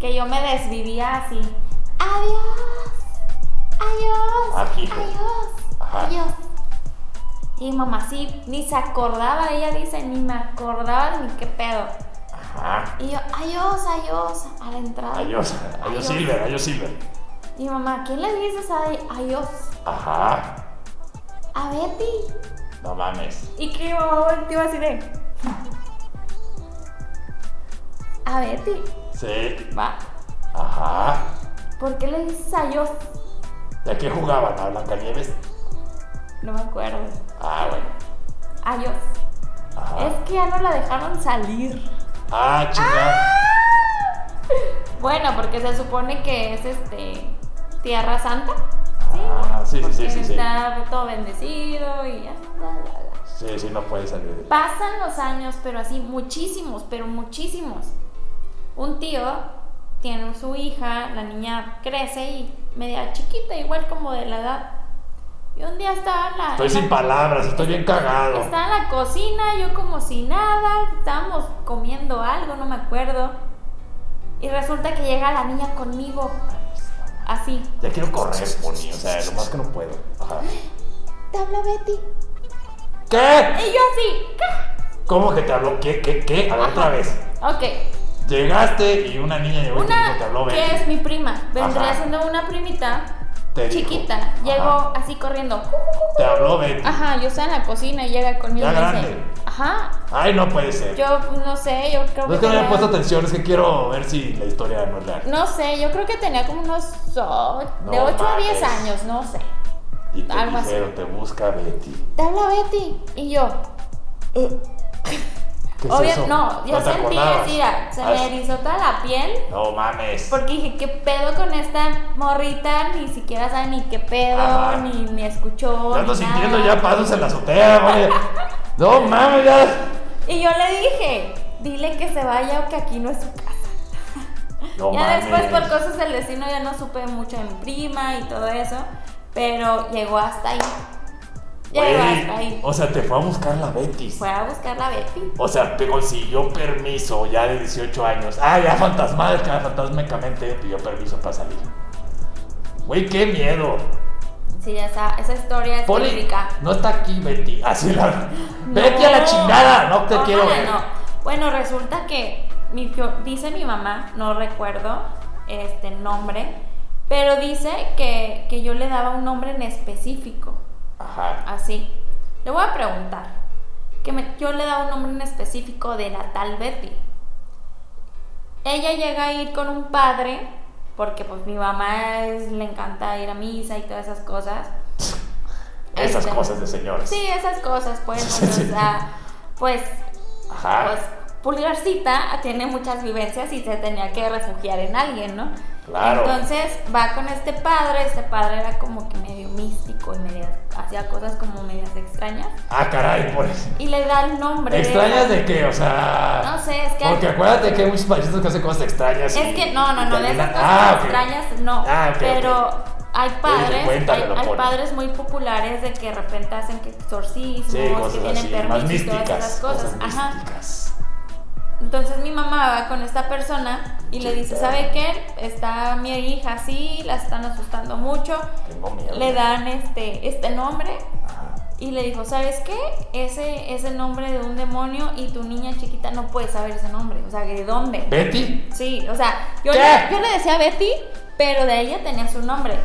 [SPEAKER 2] que yo me desvivía así. Adiós, adiós,
[SPEAKER 3] Ajijo.
[SPEAKER 2] adiós,
[SPEAKER 3] Ah, Ajá.
[SPEAKER 2] adiós. Y mamá sí, ni se acordaba, ella dice, ni me acordaba de ni qué pedo.
[SPEAKER 3] Ajá.
[SPEAKER 2] Y yo, adiós, adiós, a la entrada.
[SPEAKER 3] Adiós. Adiós, Silver. Adiós, Silver.
[SPEAKER 2] Y mamá, ¿quién le dices a- adiós?
[SPEAKER 3] Ajá.
[SPEAKER 2] A Betty.
[SPEAKER 3] No mames.
[SPEAKER 2] Y que mi mamá volteó así de... A Betty,
[SPEAKER 3] Sí.
[SPEAKER 2] va.
[SPEAKER 3] Ajá.
[SPEAKER 2] ¿Por qué le dices adiós?
[SPEAKER 3] ¿De qué jugaban? ¿A Blancanieves?
[SPEAKER 2] No me acuerdo.
[SPEAKER 3] Ah, bueno.
[SPEAKER 2] Adiós. Es
[SPEAKER 3] Ajá.
[SPEAKER 2] que ya no la dejaron salir.
[SPEAKER 3] Ah, chingada.
[SPEAKER 2] Bueno, porque se supone que es este Tierra Santa.
[SPEAKER 3] Ah, sí, sí, sí,
[SPEAKER 2] que
[SPEAKER 3] sí, sí.
[SPEAKER 2] está todo bendecido y ya. la, la, la.
[SPEAKER 3] Sí, sí, no puede salir de
[SPEAKER 2] Pasan los años, pero así muchísimos, pero muchísimos. Un tío tiene su hija, la niña crece y media chiquita, igual como de la edad. Y un día estaba en la,
[SPEAKER 3] Estoy
[SPEAKER 2] en la-
[SPEAKER 3] sin palabras, estoy bien cagado.
[SPEAKER 2] Estaba en la cocina, yo como si nada, estábamos comiendo algo, no me acuerdo. Y resulta que llega la niña conmigo, así.
[SPEAKER 3] Ya quiero correr, Pony. O sea, lo más que no puedo. Ajá.
[SPEAKER 2] Te habla Betty.
[SPEAKER 3] ¿Qué?
[SPEAKER 2] Y yo así, "¿Qué?
[SPEAKER 3] ¿Cómo que te habló? ¿Qué, qué, qué? A ver, otra vez.
[SPEAKER 2] Ok,
[SPEAKER 3] Llegaste y una niña llegó y te dijo que te habló
[SPEAKER 2] una que
[SPEAKER 3] Betty.
[SPEAKER 2] es mi prima, vendría
[SPEAKER 3] Ajá.
[SPEAKER 2] siendo una primita
[SPEAKER 3] Te dijo.
[SPEAKER 2] chiquita,
[SPEAKER 3] Ajá.
[SPEAKER 2] llegó así corriendo.
[SPEAKER 3] Te habló Betty.
[SPEAKER 5] Ajá, yo estaba en la cocina y llega conmigo
[SPEAKER 3] Ya
[SPEAKER 5] y me dice,
[SPEAKER 3] grande.
[SPEAKER 5] ajá,
[SPEAKER 3] Ay, no puede ser.
[SPEAKER 2] Yo pues, no sé, yo creo
[SPEAKER 3] no es
[SPEAKER 2] que
[SPEAKER 3] que no haya
[SPEAKER 2] tenía-
[SPEAKER 3] puesto atención, es que quiero ver si la historia no es real.
[SPEAKER 5] no sé, yo creo que tenía como unos o- de
[SPEAKER 3] No
[SPEAKER 5] 8 a 10
[SPEAKER 3] mames.
[SPEAKER 5] años, no sé.
[SPEAKER 3] Y te
[SPEAKER 5] algo así.
[SPEAKER 3] dijeron, te busca Betty.
[SPEAKER 5] Te habla Betty y yo,
[SPEAKER 3] ¿Qué es
[SPEAKER 2] Obvio,
[SPEAKER 3] eso?
[SPEAKER 2] no, yo
[SPEAKER 3] te
[SPEAKER 2] sentí
[SPEAKER 3] acordabas?
[SPEAKER 2] así, mira, se
[SPEAKER 3] Ah,
[SPEAKER 2] me erizó toda la piel
[SPEAKER 3] No mames.
[SPEAKER 2] porque dije, ¿qué pedo con esta morrita? Ni siquiera sabe ni qué pedo,
[SPEAKER 3] Ajá.
[SPEAKER 2] ni, ni escuchó.
[SPEAKER 3] Ya ando
[SPEAKER 2] ni
[SPEAKER 3] sintiendo
[SPEAKER 2] nada.
[SPEAKER 3] ya pasos en la azotea, vale. No mames, ya.
[SPEAKER 2] Y yo le dije, dile que se vaya o que aquí no es su casa.
[SPEAKER 3] No
[SPEAKER 2] ya
[SPEAKER 3] mames.
[SPEAKER 2] después por cosas del destino ya no supe mucho de mi prima y todo eso, pero llegó hasta ahí. Llegó
[SPEAKER 3] Güey,
[SPEAKER 2] hasta ahí.
[SPEAKER 3] O sea, te fue a buscar la Betty.
[SPEAKER 2] Fue a buscar la Betty.
[SPEAKER 3] O sea, te consiguió permiso ya de 18 años. Ah, ya fantasmal, ya fantasmecamente pidió permiso para salir. Güey, qué miedo.
[SPEAKER 2] Sí, esa, esa historia es
[SPEAKER 3] Poli,
[SPEAKER 2] típica.
[SPEAKER 3] no está aquí Betty. Así la.
[SPEAKER 2] No.
[SPEAKER 3] Betty a la chingada, no te
[SPEAKER 2] Ojalá
[SPEAKER 3] quiero ver.
[SPEAKER 2] no. Bueno, resulta que mi fio- dice mi mamá, no recuerdo este nombre, pero dice que, que yo le daba un nombre en específico,
[SPEAKER 3] Ajá.
[SPEAKER 2] así. Le voy a preguntar. Que me- yo le daba un nombre en específico de la tal Betty. Ella llega a ir con un padre, porque pues mi mamá es- le encanta ir a misa y todas esas cosas.
[SPEAKER 3] Esas
[SPEAKER 2] Este,
[SPEAKER 3] cosas de señores.
[SPEAKER 2] Sí, esas cosas, pues,
[SPEAKER 3] Sí, sí.
[SPEAKER 2] o sea, pues,
[SPEAKER 3] Ajá.
[SPEAKER 2] pues, Pulgarcita tiene muchas vivencias y se tenía que refugiar en alguien, ¿no?
[SPEAKER 3] Claro.
[SPEAKER 2] Entonces va con este padre, este padre era como que medio místico y medio, hacía cosas como medias extrañas
[SPEAKER 3] Ah, caray, por eso.
[SPEAKER 2] y le da el nombre. de-
[SPEAKER 3] ¿Extrañas de qué? O sea.
[SPEAKER 2] No sé, es que-
[SPEAKER 3] Porque acuérdate que hay muchos payasos que hacen cosas extrañas. y-
[SPEAKER 2] Es que no, no,
[SPEAKER 3] y
[SPEAKER 2] no, de
[SPEAKER 3] terminan-
[SPEAKER 2] esas cosas
[SPEAKER 3] Ah, ok.
[SPEAKER 2] extrañas no,
[SPEAKER 3] Ah, ok, ok.
[SPEAKER 2] pero hay
[SPEAKER 3] Ellos
[SPEAKER 2] padres,
[SPEAKER 3] de cuenta
[SPEAKER 2] hay,
[SPEAKER 3] que lo
[SPEAKER 2] hay
[SPEAKER 3] ponen.
[SPEAKER 2] padres muy populares de que de repente hacen que exorcismos,
[SPEAKER 3] Sí,
[SPEAKER 2] que
[SPEAKER 3] cosas
[SPEAKER 2] tienen
[SPEAKER 3] así, más
[SPEAKER 2] permisos y todas esas
[SPEAKER 3] místicas.
[SPEAKER 2] cosas, ajá.
[SPEAKER 3] místicas.
[SPEAKER 2] Entonces mi mamá va con esta persona y le
[SPEAKER 3] Sí,
[SPEAKER 2] dice,
[SPEAKER 3] claro.
[SPEAKER 2] ¿sabe qué? Está mi hija así, la están asustando mucho.
[SPEAKER 3] Tengo miedo. Ah.
[SPEAKER 2] Le dan este, este nombre
[SPEAKER 3] Ajá.
[SPEAKER 2] y le dijo, ¿sabes qué? Ese es el nombre de un demonio y tu niña chiquita no puede saber ese nombre. O sea, ¿de dónde?
[SPEAKER 3] ¿Betty?
[SPEAKER 2] Sí, o sea, yo
[SPEAKER 3] ¿Qué?
[SPEAKER 2] le, yo le decía Betty, pero de ella tenía su nombre.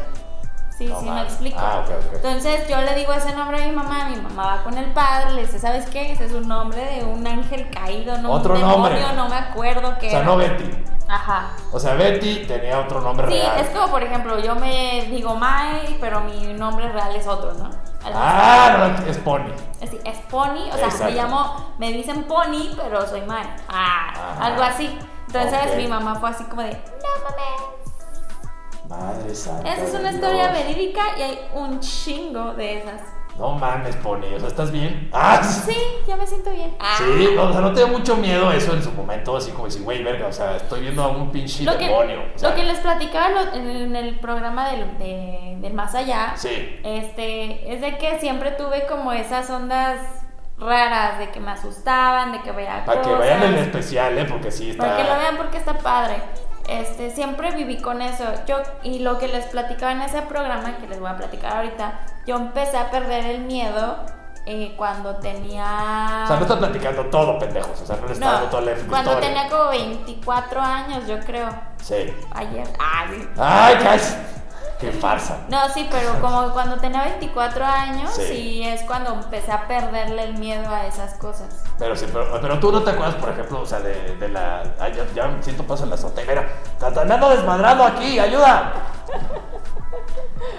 [SPEAKER 2] Sí,
[SPEAKER 3] No
[SPEAKER 2] sí, me
[SPEAKER 3] mames.
[SPEAKER 2] explico.
[SPEAKER 3] Ah, ok, ok.
[SPEAKER 2] Entonces yo le digo ese nombre a mi mamá, mi mamá va con el padre, le dice, ¿sabes qué? Ese es un nombre de un ángel caído, no
[SPEAKER 3] Otro
[SPEAKER 2] un demonio,
[SPEAKER 3] nombre.
[SPEAKER 2] no me acuerdo qué
[SPEAKER 3] O sea,
[SPEAKER 2] era".
[SPEAKER 3] no Betty.
[SPEAKER 2] Ajá.
[SPEAKER 3] O sea, Betty tenía otro nombre
[SPEAKER 2] Eh. Sí,
[SPEAKER 3] real.
[SPEAKER 2] es como por ejemplo, yo me digo Mai, pero mi nombre real es otro, ¿no? Algo
[SPEAKER 3] Ah, no, es Pony.
[SPEAKER 2] así. Es, es Pony, o sea,
[SPEAKER 3] Exacto.
[SPEAKER 2] me llamo, me dicen Pony, pero soy Mai. Ah,
[SPEAKER 3] Ajá.
[SPEAKER 2] algo así. Entonces
[SPEAKER 3] Ok.
[SPEAKER 2] mi mamá fue así como de, no mames.
[SPEAKER 3] Madre santa.
[SPEAKER 2] Esa es
[SPEAKER 3] de
[SPEAKER 2] una
[SPEAKER 3] Dios.
[SPEAKER 2] historia verídica y hay un chingo de esas.
[SPEAKER 3] No mames, Pony. O sea, ¿estás bien? Ah,
[SPEAKER 2] Sí, ya me siento bien. Ah.
[SPEAKER 3] Sí, no, o sea, no te dio mucho miedo eso en su momento, así como decir, güey, verga, o sea, estoy viendo a un pinche
[SPEAKER 2] Lo que,
[SPEAKER 3] demonio. o sea,
[SPEAKER 2] lo que les platicaba lo- en, en el programa del, de- del Más Allá,
[SPEAKER 3] Sí.
[SPEAKER 2] este, es de que siempre tuve como esas ondas raras de que me asustaban, de que veía
[SPEAKER 3] Para que
[SPEAKER 2] cosas.
[SPEAKER 3] vayan en especial, ¿eh? Porque sí está.
[SPEAKER 2] Para que lo vean porque está padre. Este, siempre viví con eso. Yo, y lo que les platicaba en ese programa, que les voy a platicar ahorita, yo empecé a perder el miedo eh, cuando tenía...
[SPEAKER 3] O sea, no está platicando todo, pendejos. O sea, no le está
[SPEAKER 2] No,
[SPEAKER 3] dando toda la
[SPEAKER 2] cuando
[SPEAKER 3] historia.
[SPEAKER 2] tenía como 24 años, yo creo.
[SPEAKER 3] Sí.
[SPEAKER 2] Ayer. Ah, sí.
[SPEAKER 3] ¡Ay, casi! ¡Qué farsa!
[SPEAKER 2] No, sí, pero como cuando tenía 24 años,
[SPEAKER 3] Sí.
[SPEAKER 2] sí es cuando empecé a perderle el miedo a esas cosas.
[SPEAKER 3] Pero, sí, pero, pero tú no te acuerdas, por ejemplo, o sea, de, de la. Ay, ya, ya me siento paso en la azotea. Mira, está- me ando desmadrando aquí, ayuda.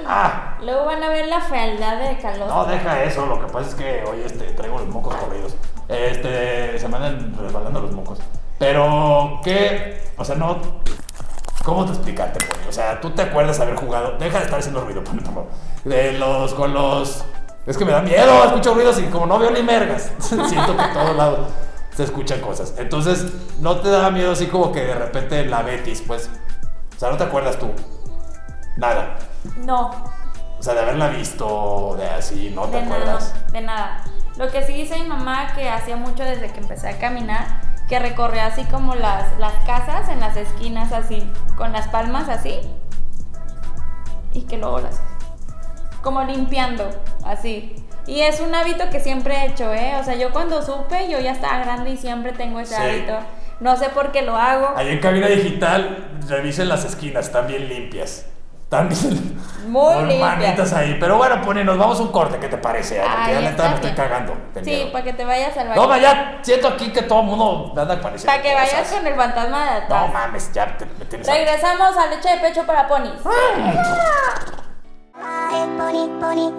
[SPEAKER 3] Ah,
[SPEAKER 2] Luego van a ver la fealdad de calor.
[SPEAKER 3] no, deja eso. Lo que pasa es que hoy este, traigo los mocos corridos. Este, se me andan resbalando los mocos. Pero, ¿qué? O sea, no. ¿Cómo te explicaste, Poli? O sea, ¿tú te acuerdas haber jugado? Deja de estar haciendo ruido, Poli, por favor. De los. con los. Es que me da miedo, escucho ruidos y como no veo ni mergas, siento que a todos lados se escuchan cosas. Entonces, ¿no te daba miedo así como que de repente la Betis, pues? O sea, ¿no te acuerdas tú? Nada.
[SPEAKER 2] No,
[SPEAKER 3] O sea, de haberla visto, de así, ¿no te
[SPEAKER 2] de nada,
[SPEAKER 3] acuerdas?
[SPEAKER 2] de nada. Lo que sí dice mi mamá que hacía mucho desde que empecé a caminar, que recorría así como las, las casas en las esquinas así, con las palmas así, y que luego las como limpiando, así. Y es un hábito que siempre he hecho, ¿eh? O sea, yo cuando supe, yo ya estaba grande y siempre tengo ese
[SPEAKER 3] Sí.
[SPEAKER 2] hábito. No sé por qué lo hago.
[SPEAKER 3] Ahí en cabina digital, revisen las esquinas, están bien limpias. Están bien.
[SPEAKER 2] Muy
[SPEAKER 3] con
[SPEAKER 2] limpias.
[SPEAKER 3] manitas ahí. Pero bueno, Pone, nos vamos a un corte, ¿qué te parece? Ana? Porque
[SPEAKER 2] Ahí
[SPEAKER 3] ya la neta
[SPEAKER 2] está
[SPEAKER 3] me estoy
[SPEAKER 2] bien.
[SPEAKER 3] cagando. de
[SPEAKER 2] Sí, pues,
[SPEAKER 3] miedo.
[SPEAKER 2] para que te vayas al baño.
[SPEAKER 3] No, ma, ya siento aquí que todo el mundo me anda pareciendo.
[SPEAKER 2] para que vayas
[SPEAKER 3] cosas.
[SPEAKER 2] con el fantasma de
[SPEAKER 3] No
[SPEAKER 2] atrás.
[SPEAKER 3] mames, ya te, me tienes. harto.
[SPEAKER 2] Regresamos a leche de pecho para ponis.
[SPEAKER 1] Ae pony pony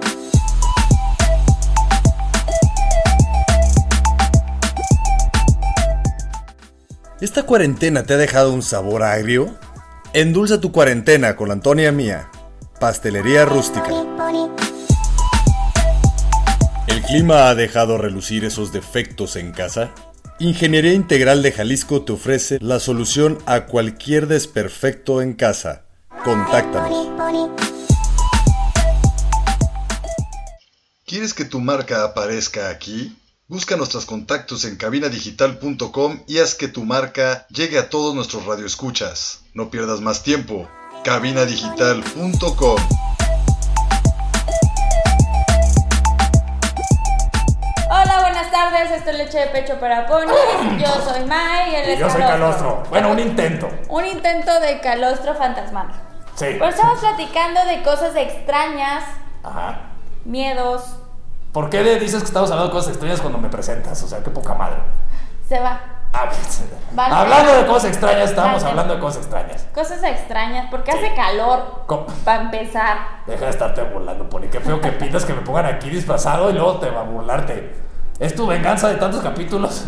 [SPEAKER 4] ¿Esta cuarentena te ha dejado un sabor agrio? Endulza tu cuarentena con la Antonia Mía, Pastelería Rústica.
[SPEAKER 1] pony pony
[SPEAKER 4] ¿El clima ha dejado relucir esos defectos en casa? Ingeniería Integral de Jalisco te ofrece la solución a cualquier desperfecto en casa. Contáctanos.
[SPEAKER 1] pony pony
[SPEAKER 4] ¿Quieres que tu marca aparezca aquí? Busca nuestros contactos en cabinadigital.com y haz que tu marca llegue a todos nuestros radioescuchas. No pierdas más tiempo. cabinadigital.com
[SPEAKER 2] Hola, buenas tardes. Esto es leche de pecho para ponis. Yo soy Mai y él
[SPEAKER 3] Y
[SPEAKER 2] es
[SPEAKER 3] yo soy calostro. Bueno, un intento.
[SPEAKER 2] Un intento de calostro fantasmal.
[SPEAKER 3] Sí.
[SPEAKER 2] Pero estamos platicando de cosas extrañas,
[SPEAKER 3] Ajá.
[SPEAKER 2] miedos.
[SPEAKER 3] ¿Por qué le dices que estamos hablando de cosas extrañas cuando me presentas? O sea, qué poca madre.
[SPEAKER 2] Se va.
[SPEAKER 3] Ah, pues,
[SPEAKER 2] Vale.
[SPEAKER 3] Hablando de cosas extrañas, estábamos
[SPEAKER 2] Vale.
[SPEAKER 3] hablando de cosas extrañas.
[SPEAKER 2] Cosas extrañas, porque hace calor.
[SPEAKER 3] ¿Cómo?
[SPEAKER 2] Para empezar.
[SPEAKER 3] Deja de estarte burlando, Pony. Qué feo que pidas que me pongan aquí disfrazado y luego te va a burlarte. Es tu venganza de tantos capítulos.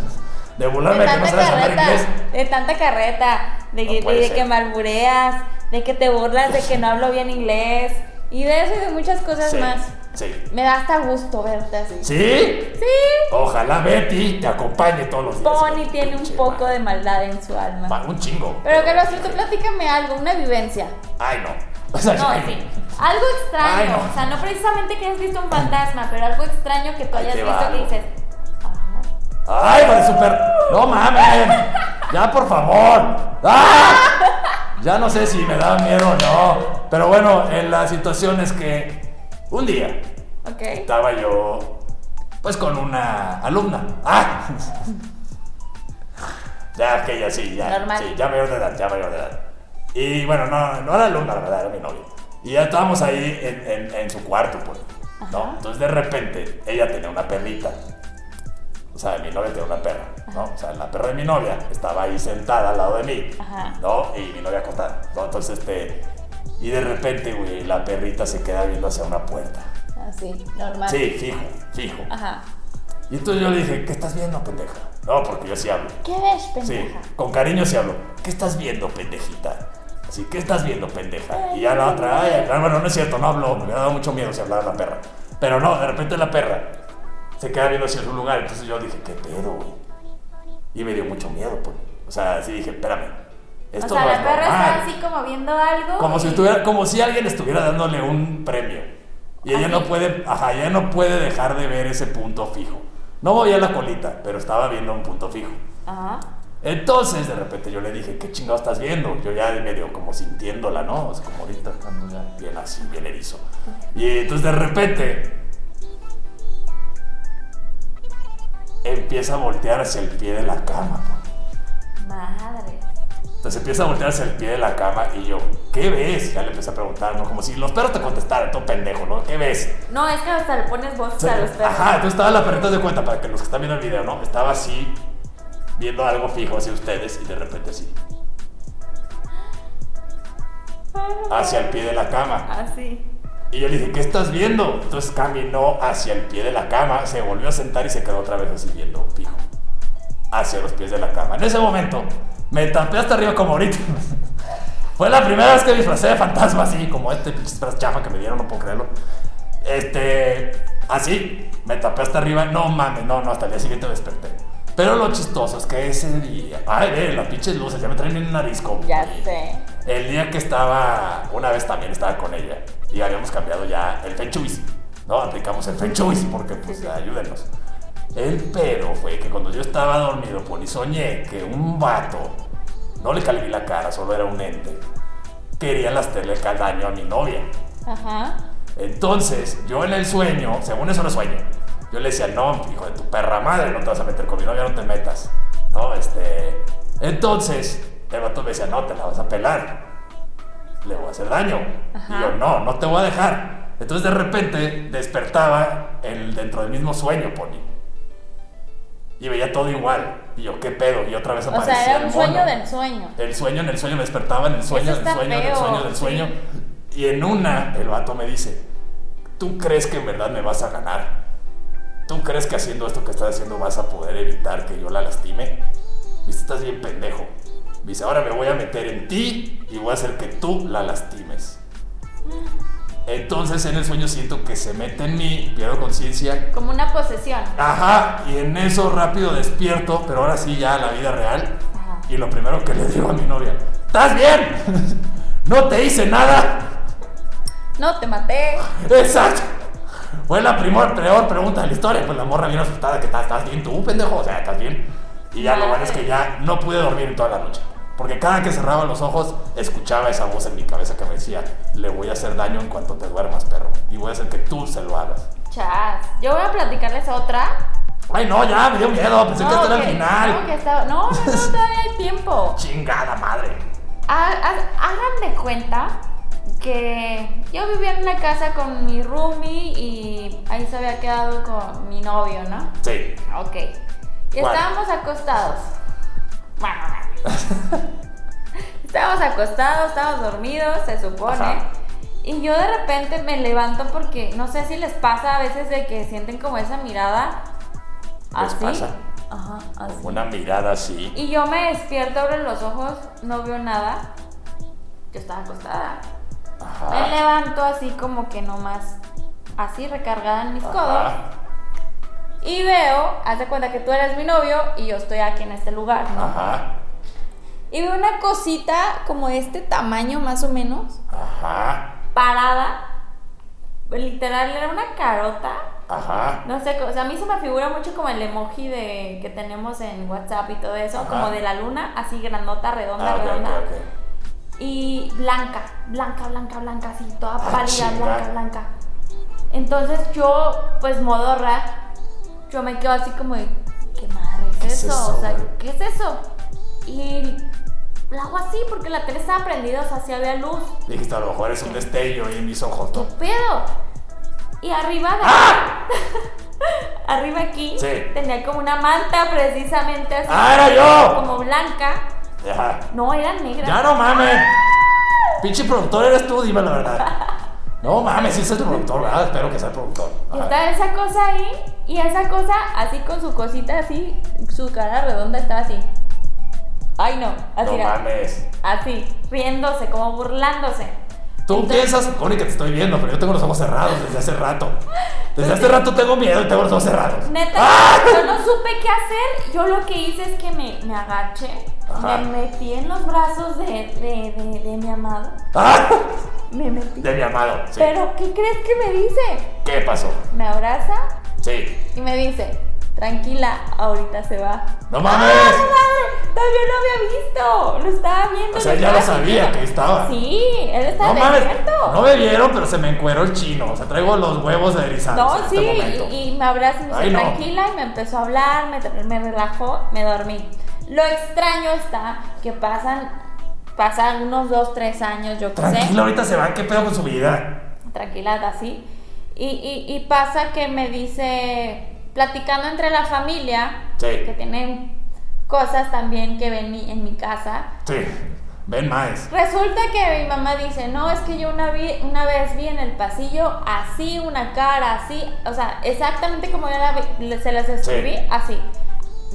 [SPEAKER 3] De burlarme
[SPEAKER 2] De
[SPEAKER 3] de que no
[SPEAKER 2] tanta
[SPEAKER 3] sabes hablar inglés.
[SPEAKER 2] carreta. De tanta carreta. De,
[SPEAKER 3] No
[SPEAKER 2] que-
[SPEAKER 3] puede
[SPEAKER 2] de
[SPEAKER 3] ser.
[SPEAKER 2] que malbureas. De que te burlas. De que no hablo bien inglés. Y de eso y de muchas cosas
[SPEAKER 3] Sí,
[SPEAKER 2] más.
[SPEAKER 3] Sí.
[SPEAKER 2] Me da hasta gusto verte así.
[SPEAKER 3] ¿Sí?
[SPEAKER 2] Sí.
[SPEAKER 3] Ojalá Betty te acompañe todos los días.
[SPEAKER 2] Bonnie tiene un
[SPEAKER 3] Pinche
[SPEAKER 2] poco
[SPEAKER 3] madre.
[SPEAKER 2] de maldad en su alma.
[SPEAKER 3] Ma- Un chingo.
[SPEAKER 2] Pero Carlos, tú platícame algo, una vivencia.
[SPEAKER 3] Ay, no. O sea,
[SPEAKER 2] No,
[SPEAKER 3] ay,
[SPEAKER 2] sí. Algo extraño.
[SPEAKER 3] Ay, no.
[SPEAKER 2] O sea, no precisamente que hayas visto un fantasma, pero algo extraño que tú
[SPEAKER 3] Ahí
[SPEAKER 2] hayas
[SPEAKER 3] te
[SPEAKER 2] visto
[SPEAKER 3] va
[SPEAKER 2] que
[SPEAKER 3] algo.
[SPEAKER 2] dices. "Ah".
[SPEAKER 3] Ay, hijo de super. No mames. Ya, por favor. ¡Ah! Ya no sé si me da miedo o no. Pero bueno, en la situación es que un día
[SPEAKER 2] Ok.
[SPEAKER 3] estaba yo pues con una alumna. ¡Ah! Ya, que ya sí, ya.
[SPEAKER 2] Normal.
[SPEAKER 3] Sí, ya mayor de edad, ya mayor de edad. Y bueno, no, no era alumna, la verdad, era mi novia. Y ya estábamos ahí en, en- en su cuarto, pues. ¿no?
[SPEAKER 2] Ajá.
[SPEAKER 3] Entonces de repente ella tenía una perrita. O sea, mi novia tenía una perra, ¿no? O sea, la perra de mi novia estaba ahí sentada al lado de mí,
[SPEAKER 2] Ajá.
[SPEAKER 3] ¿no? Y mi novia acostada, ¿no? Entonces, este... Y de repente, güey, la perrita se queda viendo hacia una puerta.
[SPEAKER 2] Así, normal.
[SPEAKER 3] Sí, fijo, fijo.
[SPEAKER 2] Ajá.
[SPEAKER 3] Y entonces yo le dije, ¿qué estás viendo, pendeja? No, porque yo sí hablo.
[SPEAKER 2] ¿Qué ves,
[SPEAKER 3] Sí,
[SPEAKER 2] pendeja?
[SPEAKER 3] con cariño sí hablo. ¿Qué estás viendo, pendejita? Así, ¿qué estás viendo, pendeja? Y ya la otra, ay, ah, bueno, no es cierto, no hablo, me hubiera dado mucho miedo si hablara la perra. Pero no, de repente la perra se queda viendo hacia su lugar, entonces yo dije, ¿qué pedo, güey? Y me dio mucho miedo, pues. O sea, sí dije, espérame,
[SPEAKER 2] O
[SPEAKER 3] esto
[SPEAKER 2] sea,
[SPEAKER 3] no es
[SPEAKER 2] la perra
[SPEAKER 3] normal. Ah.
[SPEAKER 2] está así como viendo algo.
[SPEAKER 3] Como si,
[SPEAKER 2] y-
[SPEAKER 3] estuviera, como si alguien estuviera dándole un premio. Y ella
[SPEAKER 2] Así.
[SPEAKER 3] no puede, ajá, ella no puede dejar de ver ese punto fijo. No movía la colita, pero estaba viendo un punto fijo.
[SPEAKER 2] Ajá.
[SPEAKER 3] Entonces, de repente yo le dije, ¿qué chingado estás viendo? Yo ya medio como sintiéndola, ¿no? Es como ahorita, cuando ya bien así, bien erizo. Y entonces de repente empieza a voltear hacia el pie de la cama. ¿no?
[SPEAKER 2] Madre.
[SPEAKER 3] Entonces empieza a voltear hacia el pie de la cama y yo, ¿qué ves? Ya le empecé a preguntar, ¿no? Como si los perros te contestaran, todo pendejo, ¿no? ¿Qué ves?
[SPEAKER 2] No, es que hasta le pones voz a los perros.
[SPEAKER 3] Ajá, entonces estaba la perrita de cuenta, para que los que están viendo el video, ¿no? Estaba así, viendo algo fijo hacia ustedes y de repente así, hacia el pie de la cama.
[SPEAKER 2] Así.
[SPEAKER 3] Y yo le dije, ¿qué estás viendo? Entonces caminó hacia el pie de la cama, se volvió a sentar y se quedó otra vez así viendo fijo, hacia los pies de la cama. En ese momento, me tapé hasta arriba como ahorita. Fue la primera vez que me disfracé de fantasma así, como este pinche disfraz chafa que me dieron, no puedo creerlo. Este, así, me tapé hasta arriba, no mames, no, no, hasta el día siguiente me desperté. Pero lo chistoso es que ese día, ay, ve, las pinches luces, ya me traen bien nariz como.
[SPEAKER 2] Ya sé.
[SPEAKER 3] El día que estaba, una vez también estaba con ella y habíamos cambiado ya el Feng Shui, ¿no? Aplicamos el Feng Shui porque, pues, ayúdenos. El pero fue que cuando yo estaba dormido, por y soñé que un vato, no le calví la cara, solo era un ente, quería hacerle daño a mi novia.
[SPEAKER 2] Ajá.
[SPEAKER 3] Entonces, yo en el sueño, según eso no sueño, yo le decía, no, hijo de tu perra madre, no te vas a meter con mi novia, no te metas. No, este. Entonces, el vato me decía, no, te la vas a pelar. Le voy a hacer daño. Y yo, no, no te voy a dejar. Entonces, de repente, despertaba el, dentro del mismo sueño, Pony. Y veía todo igual. Y yo, ¿qué pedo? Y otra vez
[SPEAKER 2] O
[SPEAKER 3] aparecía
[SPEAKER 2] sea, era
[SPEAKER 3] el
[SPEAKER 2] un sueño
[SPEAKER 3] mono.
[SPEAKER 2] del sueño.
[SPEAKER 3] El sueño en el sueño me despertaba en el sueño,
[SPEAKER 2] Eso
[SPEAKER 3] en el
[SPEAKER 2] está
[SPEAKER 3] sueño, en el
[SPEAKER 2] feo,
[SPEAKER 3] sueño, en el sueño. Y en una, el vato me dice: ¿Tú crees que en verdad me vas a ganar? ¿Tú crees que haciendo esto que estás haciendo vas a poder evitar que yo la lastime? Me dice: Estás bien pendejo. Me dice: Ahora me voy a meter en ti y voy a hacer que tú la lastimes. Entonces en el sueño siento que se mete en mí, pierdo conciencia,
[SPEAKER 2] Como una posesión.
[SPEAKER 3] Ajá, y en eso rápido despierto, pero ahora sí ya a la vida real.
[SPEAKER 2] Ajá.
[SPEAKER 3] Y lo primero que le digo a mi novia, ¿estás bien? No te hice nada.
[SPEAKER 2] No, te maté.
[SPEAKER 3] Exacto. Fue la primor- peor pregunta de la historia, pues la morra bien asustada que "¿Estás- estás bien tú, pendejo, o sea, estás bien. Y ya lo bueno es que ya no pude dormir en toda la noche. Porque cada que cerraba los ojos, escuchaba esa voz en mi cabeza que me decía, le voy a hacer daño en cuanto te duermas, perro. Y voy a hacer que tú se lo hagas.
[SPEAKER 2] Chas. Yo voy a platicarles otra.
[SPEAKER 3] Ay, no, ya, me dio miedo, pensé que esto era el
[SPEAKER 2] que-
[SPEAKER 3] final.
[SPEAKER 2] no, que estaba- no, no, no, todavía hay tiempo.
[SPEAKER 3] Chingada madre.
[SPEAKER 2] Ha- ha- Hagan de cuenta que yo vivía en una casa con mi roomie y ahí se había quedado con mi novio, ¿no?
[SPEAKER 3] Sí.
[SPEAKER 2] Ok. Y
[SPEAKER 3] ¿Cuál?
[SPEAKER 2] estábamos acostados. estábamos acostados, estábamos dormidos, se supone.
[SPEAKER 3] Ajá.
[SPEAKER 2] Y yo de repente me levanto porque no sé si les pasa a veces de que sienten como esa mirada.
[SPEAKER 3] ¿Les
[SPEAKER 2] así.
[SPEAKER 3] pasa?
[SPEAKER 2] Ajá, así.
[SPEAKER 3] Una mirada así.
[SPEAKER 2] Y yo me despierto, abro los ojos, no veo nada. Yo estaba acostada. Me
[SPEAKER 3] Ajá.
[SPEAKER 2] levanto así como que nomás, así recargada en mis codos.
[SPEAKER 3] Ajá.
[SPEAKER 2] Y veo, haz de cuenta que tú eres mi novio y yo estoy aquí en este lugar, ¿no?
[SPEAKER 3] Ajá.
[SPEAKER 2] Y veo una cosita como de este tamaño más o menos,
[SPEAKER 3] Ajá.
[SPEAKER 2] parada. Literal, era una carota.
[SPEAKER 3] Ajá.
[SPEAKER 2] No sé, o sea, a mí se me figura mucho como el emoji de, que tenemos en WhatsApp y todo eso,
[SPEAKER 3] Ajá.
[SPEAKER 2] como de la luna, así grandota, redonda,
[SPEAKER 3] Ah, ok,
[SPEAKER 2] redonda.
[SPEAKER 3] ok, ok.
[SPEAKER 2] Y blanca, blanca, blanca, blanca, así, toda
[SPEAKER 3] Ah,
[SPEAKER 2] pálida,
[SPEAKER 3] chinga.
[SPEAKER 2] blanca, blanca. Entonces yo, pues modorra, yo me quedo así como de, ¿qué madre es,
[SPEAKER 3] ¿Qué es
[SPEAKER 2] eso?
[SPEAKER 3] eso,
[SPEAKER 2] O sea,
[SPEAKER 3] güey?
[SPEAKER 2] ¿qué es eso? Y la hago así porque la tele estaba prendida, o sea, sí había luz.
[SPEAKER 3] Dijiste, a lo mejor es un destello ahí en mis ojos.
[SPEAKER 2] ¿Qué
[SPEAKER 3] ¿no?
[SPEAKER 2] pedo? Y arriba de-
[SPEAKER 3] ¡Ah!
[SPEAKER 2] arriba aquí,
[SPEAKER 3] Sí.
[SPEAKER 2] tenía como una manta precisamente así,
[SPEAKER 3] ¡Ah, era yo!
[SPEAKER 2] como blanca.
[SPEAKER 3] Ajá.
[SPEAKER 2] No, era negra.
[SPEAKER 3] Ya no mames. Pinche productor eres tú, dime la verdad. No mames, sí soy tu productor, ¿verdad? Espero que sea el productor.
[SPEAKER 2] Y
[SPEAKER 3] Ajá.
[SPEAKER 2] estaba esa cosa ahí, y esa cosa así con su cosita así, su cara redonda estaba así. Ay no, así
[SPEAKER 3] No
[SPEAKER 2] era.
[SPEAKER 3] mames.
[SPEAKER 2] Así, riéndose, como burlándose.
[SPEAKER 3] Tú piensas, Connie, que te estoy viendo, pero yo tengo los ojos cerrados desde hace rato. Desde hace rato tengo miedo y tengo los ojos cerrados.
[SPEAKER 2] Pues Neta,
[SPEAKER 3] ¡Ah!
[SPEAKER 2] yo no supe qué hacer. Yo lo que hice es que me, me agaché,
[SPEAKER 3] Ajá.
[SPEAKER 2] me metí en los brazos de, de, de- de mi amado.
[SPEAKER 3] ¡Ah!
[SPEAKER 2] Me metí.
[SPEAKER 3] De mi amado. Sí.
[SPEAKER 2] Pero, ¿qué crees que me dice?
[SPEAKER 3] ¿Qué pasó?
[SPEAKER 2] Me abraza
[SPEAKER 3] Sí.
[SPEAKER 2] y me dice, tranquila, ahorita se va.
[SPEAKER 3] ¡No
[SPEAKER 2] ¡Ah,
[SPEAKER 3] mames!
[SPEAKER 2] no madre! Todavía no había visto. Lo estaba viendo.
[SPEAKER 3] O sea, ya lo
[SPEAKER 2] estaba
[SPEAKER 3] sabía
[SPEAKER 2] viendo.
[SPEAKER 3] que estaba.
[SPEAKER 2] Sí, él estaba
[SPEAKER 3] No mames,
[SPEAKER 2] despierto.
[SPEAKER 3] no me vieron, pero se me encueró el chino. O sea, traigo los huevos erizados.
[SPEAKER 2] No,
[SPEAKER 3] en este
[SPEAKER 2] sí,
[SPEAKER 3] momento.
[SPEAKER 2] y, y me abraza y me dice
[SPEAKER 3] Ay, no.
[SPEAKER 2] tranquila y me empezó a hablar, me, me relajó, me dormí. Lo extraño está que pasan, pasan unos dos, tres años, yo qué
[SPEAKER 3] Tranquilo,
[SPEAKER 2] sé,
[SPEAKER 3] ahorita se va. ¿Qué pedo con su vida?
[SPEAKER 2] tranquila así. Y, y, y pasa que me dice, platicando entre la familia,
[SPEAKER 3] Sí.
[SPEAKER 2] que tienen cosas también que ven mi- en mi casa,
[SPEAKER 3] Sí. Ven más.
[SPEAKER 2] Pues, Resulta que mi mamá dice, no, es que yo una, vi- una vez vi en el pasillo así, una cara así, o sea, exactamente como yo la vi- le- se las escribí,
[SPEAKER 3] Sí.
[SPEAKER 2] así,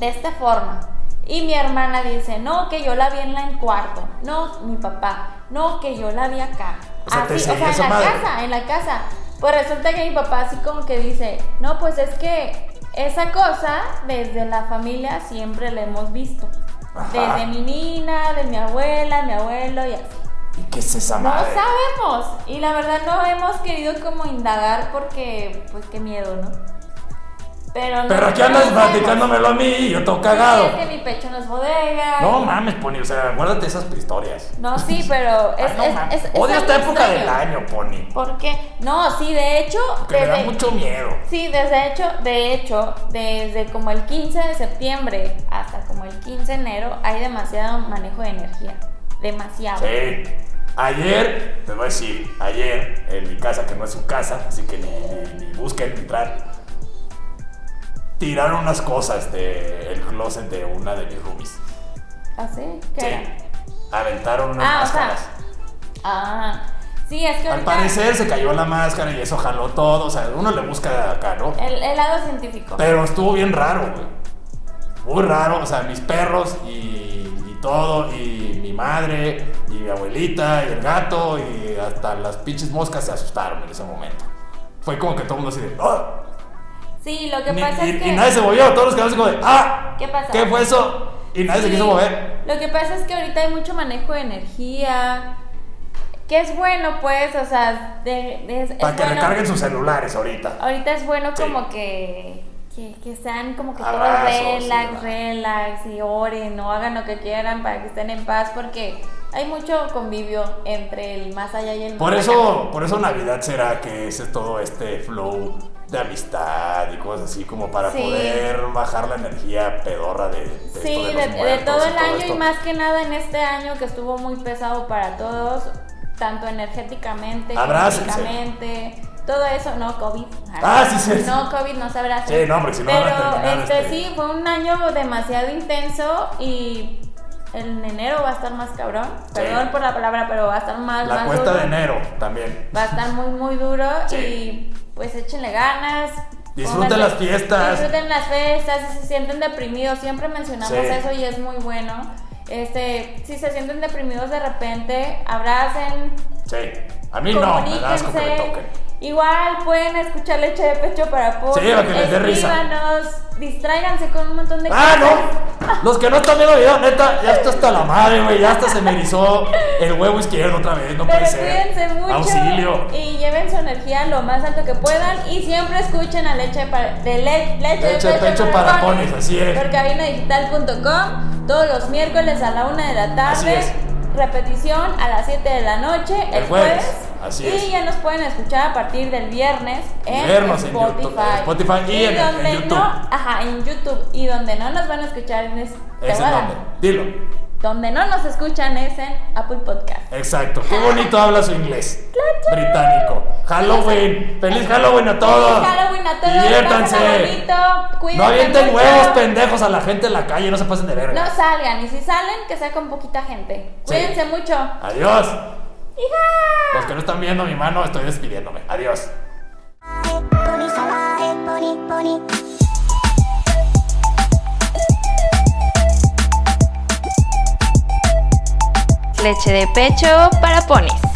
[SPEAKER 2] de esta forma. Y mi hermana dice, no, que yo la vi en la en cuarto, no, mi papá, no, que yo la vi acá,
[SPEAKER 3] O sea, te
[SPEAKER 2] así, o sea, en
[SPEAKER 3] seguía esa
[SPEAKER 2] la
[SPEAKER 3] madre.
[SPEAKER 2] casa, en la casa. Pues resulta que mi papá así como que dice, no, pues es que esa cosa desde la familia siempre la hemos visto.
[SPEAKER 3] Ajá.
[SPEAKER 2] Desde mi nina, de mi abuela, mi abuelo y así.
[SPEAKER 3] ¿Y qué es esa
[SPEAKER 2] No
[SPEAKER 3] madre?
[SPEAKER 2] sabemos. Y la verdad no hemos querido como indagar porque, pues qué miedo, ¿no? Pero no.
[SPEAKER 3] Pero ¿qué andas platicándomelo a mí? y Yo todo cagado.
[SPEAKER 2] Es que mi pecho no es bodega.
[SPEAKER 3] No
[SPEAKER 2] y-
[SPEAKER 3] mames, Pony, o sea, guárdate esas historias.
[SPEAKER 2] No, sí, pero es.
[SPEAKER 3] Ay, no
[SPEAKER 2] es-
[SPEAKER 3] mames.
[SPEAKER 2] es- es
[SPEAKER 3] Odio
[SPEAKER 2] algo
[SPEAKER 3] esta época
[SPEAKER 2] extraño.
[SPEAKER 3] del año, Pony.
[SPEAKER 2] ¿Por qué? No, sí, de hecho.
[SPEAKER 3] Que me da
[SPEAKER 2] desde-
[SPEAKER 3] mucho miedo.
[SPEAKER 2] Sí, desde hecho, de hecho, desde como el 15 de septiembre hasta como el 15 de enero hay demasiado manejo de energía. Demasiado.
[SPEAKER 3] Sí. Eh, Ayer, te voy a decir, ayer en mi casa, que no es su casa, así que ni, ni- ni busquen entrar, tiraron unas cosas del closet de una de mis roomies.
[SPEAKER 2] ¿Ah, sí? ¿Qué era?
[SPEAKER 3] Sí. Aventaron unas
[SPEAKER 2] Ah, o sea,
[SPEAKER 3] máscaras.
[SPEAKER 2] Ah, sí, es que
[SPEAKER 3] Al
[SPEAKER 2] ahorita
[SPEAKER 3] parecer se cayó la máscara y eso jaló todo. O sea, uno le busca acá, ¿no?
[SPEAKER 2] el, el lado científico.
[SPEAKER 3] Pero estuvo bien raro, güey. Muy raro, o sea, mis perros y, y todo, y mi madre, y mi abuelita, y el gato, y hasta las pinches moscas se asustaron en ese momento. Fue como que todo el mundo así de... "Ah".
[SPEAKER 2] Sí, lo que
[SPEAKER 3] Ni-
[SPEAKER 2] pasa
[SPEAKER 3] y,
[SPEAKER 2] es
[SPEAKER 3] y
[SPEAKER 2] que...
[SPEAKER 3] nadie se movió, todos los quedamos así como de... ¡Ah!
[SPEAKER 2] ¿Qué pasa?
[SPEAKER 3] ¿Qué fue eso? Y nadie se
[SPEAKER 2] Sí,
[SPEAKER 3] quiso mover.
[SPEAKER 2] Lo que pasa es que ahorita hay mucho manejo de energía, que es bueno, pues, o sea, de, de- es, es
[SPEAKER 3] Para que
[SPEAKER 2] bueno.
[SPEAKER 3] recarguen sus celulares ahorita.
[SPEAKER 2] Ahorita es bueno
[SPEAKER 3] Sí.
[SPEAKER 2] como que, que, que sean como que todos
[SPEAKER 3] Abrazos,
[SPEAKER 2] relax,
[SPEAKER 3] sí,
[SPEAKER 2] relax y oren o hagan lo que quieran para que estén en paz, porque hay mucho convivio entre el más allá y el más
[SPEAKER 3] Por
[SPEAKER 2] acá.
[SPEAKER 3] eso, por eso Navidad será que es todo este flow de amistad y cosas así como para
[SPEAKER 2] Sí.
[SPEAKER 3] poder bajar la energía pedorra de, de esto
[SPEAKER 2] Sí,
[SPEAKER 3] de
[SPEAKER 2] de,
[SPEAKER 3] los
[SPEAKER 2] de
[SPEAKER 3] muertos
[SPEAKER 2] todo
[SPEAKER 3] y
[SPEAKER 2] el año
[SPEAKER 3] esto.
[SPEAKER 2] y más que nada en este año que estuvo muy pesado para todos, tanto energéticamente,
[SPEAKER 3] Abrácense.
[SPEAKER 2] económicamente, todo eso, no COVID.
[SPEAKER 3] Ah, sí, sí.
[SPEAKER 2] No COVID, no se abracen.
[SPEAKER 3] Sí, no, porque si no van a terminar,
[SPEAKER 2] Pero este,
[SPEAKER 3] este-
[SPEAKER 2] sí, fue un año demasiado intenso y en enero va a estar más cabrón.
[SPEAKER 3] Sí.
[SPEAKER 2] Perdón por la palabra, pero va a estar más
[SPEAKER 3] La
[SPEAKER 2] más
[SPEAKER 3] cuesta
[SPEAKER 2] duro.
[SPEAKER 3] de enero también.
[SPEAKER 2] Va a estar muy muy duro
[SPEAKER 3] Sí.
[SPEAKER 2] y pues échenle ganas.
[SPEAKER 3] Disfruten
[SPEAKER 2] pónganse-
[SPEAKER 3] las fiestas.
[SPEAKER 2] Disfruten las fiestas, si se sienten deprimidos, siempre mencionamos
[SPEAKER 3] Sí.
[SPEAKER 2] eso y es muy bueno. Este, si se sienten deprimidos de repente, abracen,
[SPEAKER 3] Sí. A mí no, me da asco que me
[SPEAKER 2] comuníquense.
[SPEAKER 3] toquen.
[SPEAKER 2] Igual pueden escuchar leche de pecho para poco.
[SPEAKER 3] Sí, para que les dé risa.
[SPEAKER 2] Escríbanos, distráiganse con un montón de
[SPEAKER 3] ¡Ah, no! Los que no están viendo video, neta, ya está hasta la madre, güey. Ya hasta se me erizó el huevo izquierdo otra vez, no
[SPEAKER 2] Pero
[SPEAKER 3] puede ser.
[SPEAKER 2] cuídense mucho
[SPEAKER 3] Auxilio.
[SPEAKER 2] y lleven su energía lo más alto que puedan y siempre escuchen a leche para, de le- leche, de
[SPEAKER 3] Leche de Pecho para Ponis, así es.
[SPEAKER 2] Por cabinadigital.com todos los miércoles a la una de la tarde.
[SPEAKER 3] Así es.
[SPEAKER 2] Repetición a las 7 de la noche el,
[SPEAKER 3] El jueves, así
[SPEAKER 2] y
[SPEAKER 3] es.
[SPEAKER 2] ya nos pueden escuchar a partir del viernes en
[SPEAKER 3] Vernos en
[SPEAKER 2] Spotify.
[SPEAKER 3] YouTube, en Spotify y en- en
[SPEAKER 2] donde
[SPEAKER 3] YouTube.
[SPEAKER 2] No, ajá, en YouTube y donde no nos van a escuchar en es, te
[SPEAKER 3] Ese
[SPEAKER 2] voy a dar.
[SPEAKER 3] nombre. Dilo.
[SPEAKER 2] Donde no nos escuchan es en Apple Podcast.
[SPEAKER 3] Exacto. Qué bonito habla su inglés. Británico. Halloween. Feliz Halloween a todos.
[SPEAKER 2] Feliz Halloween a todos.
[SPEAKER 3] Diviértanse.
[SPEAKER 2] Pásenla bonito, cuídense
[SPEAKER 3] No avienten
[SPEAKER 2] mucho.
[SPEAKER 3] huevos pendejos a la gente en la calle, no se pasen de verga.
[SPEAKER 2] No salgan y si salen, que sea con poquita gente.
[SPEAKER 3] Sí.
[SPEAKER 2] Cuídense mucho.
[SPEAKER 3] Adiós.
[SPEAKER 2] ¡Hija!
[SPEAKER 3] Los que no están viendo mi mano, estoy despidiéndome. Adiós.
[SPEAKER 1] pony, pony.
[SPEAKER 2] Leche de pecho para ponis.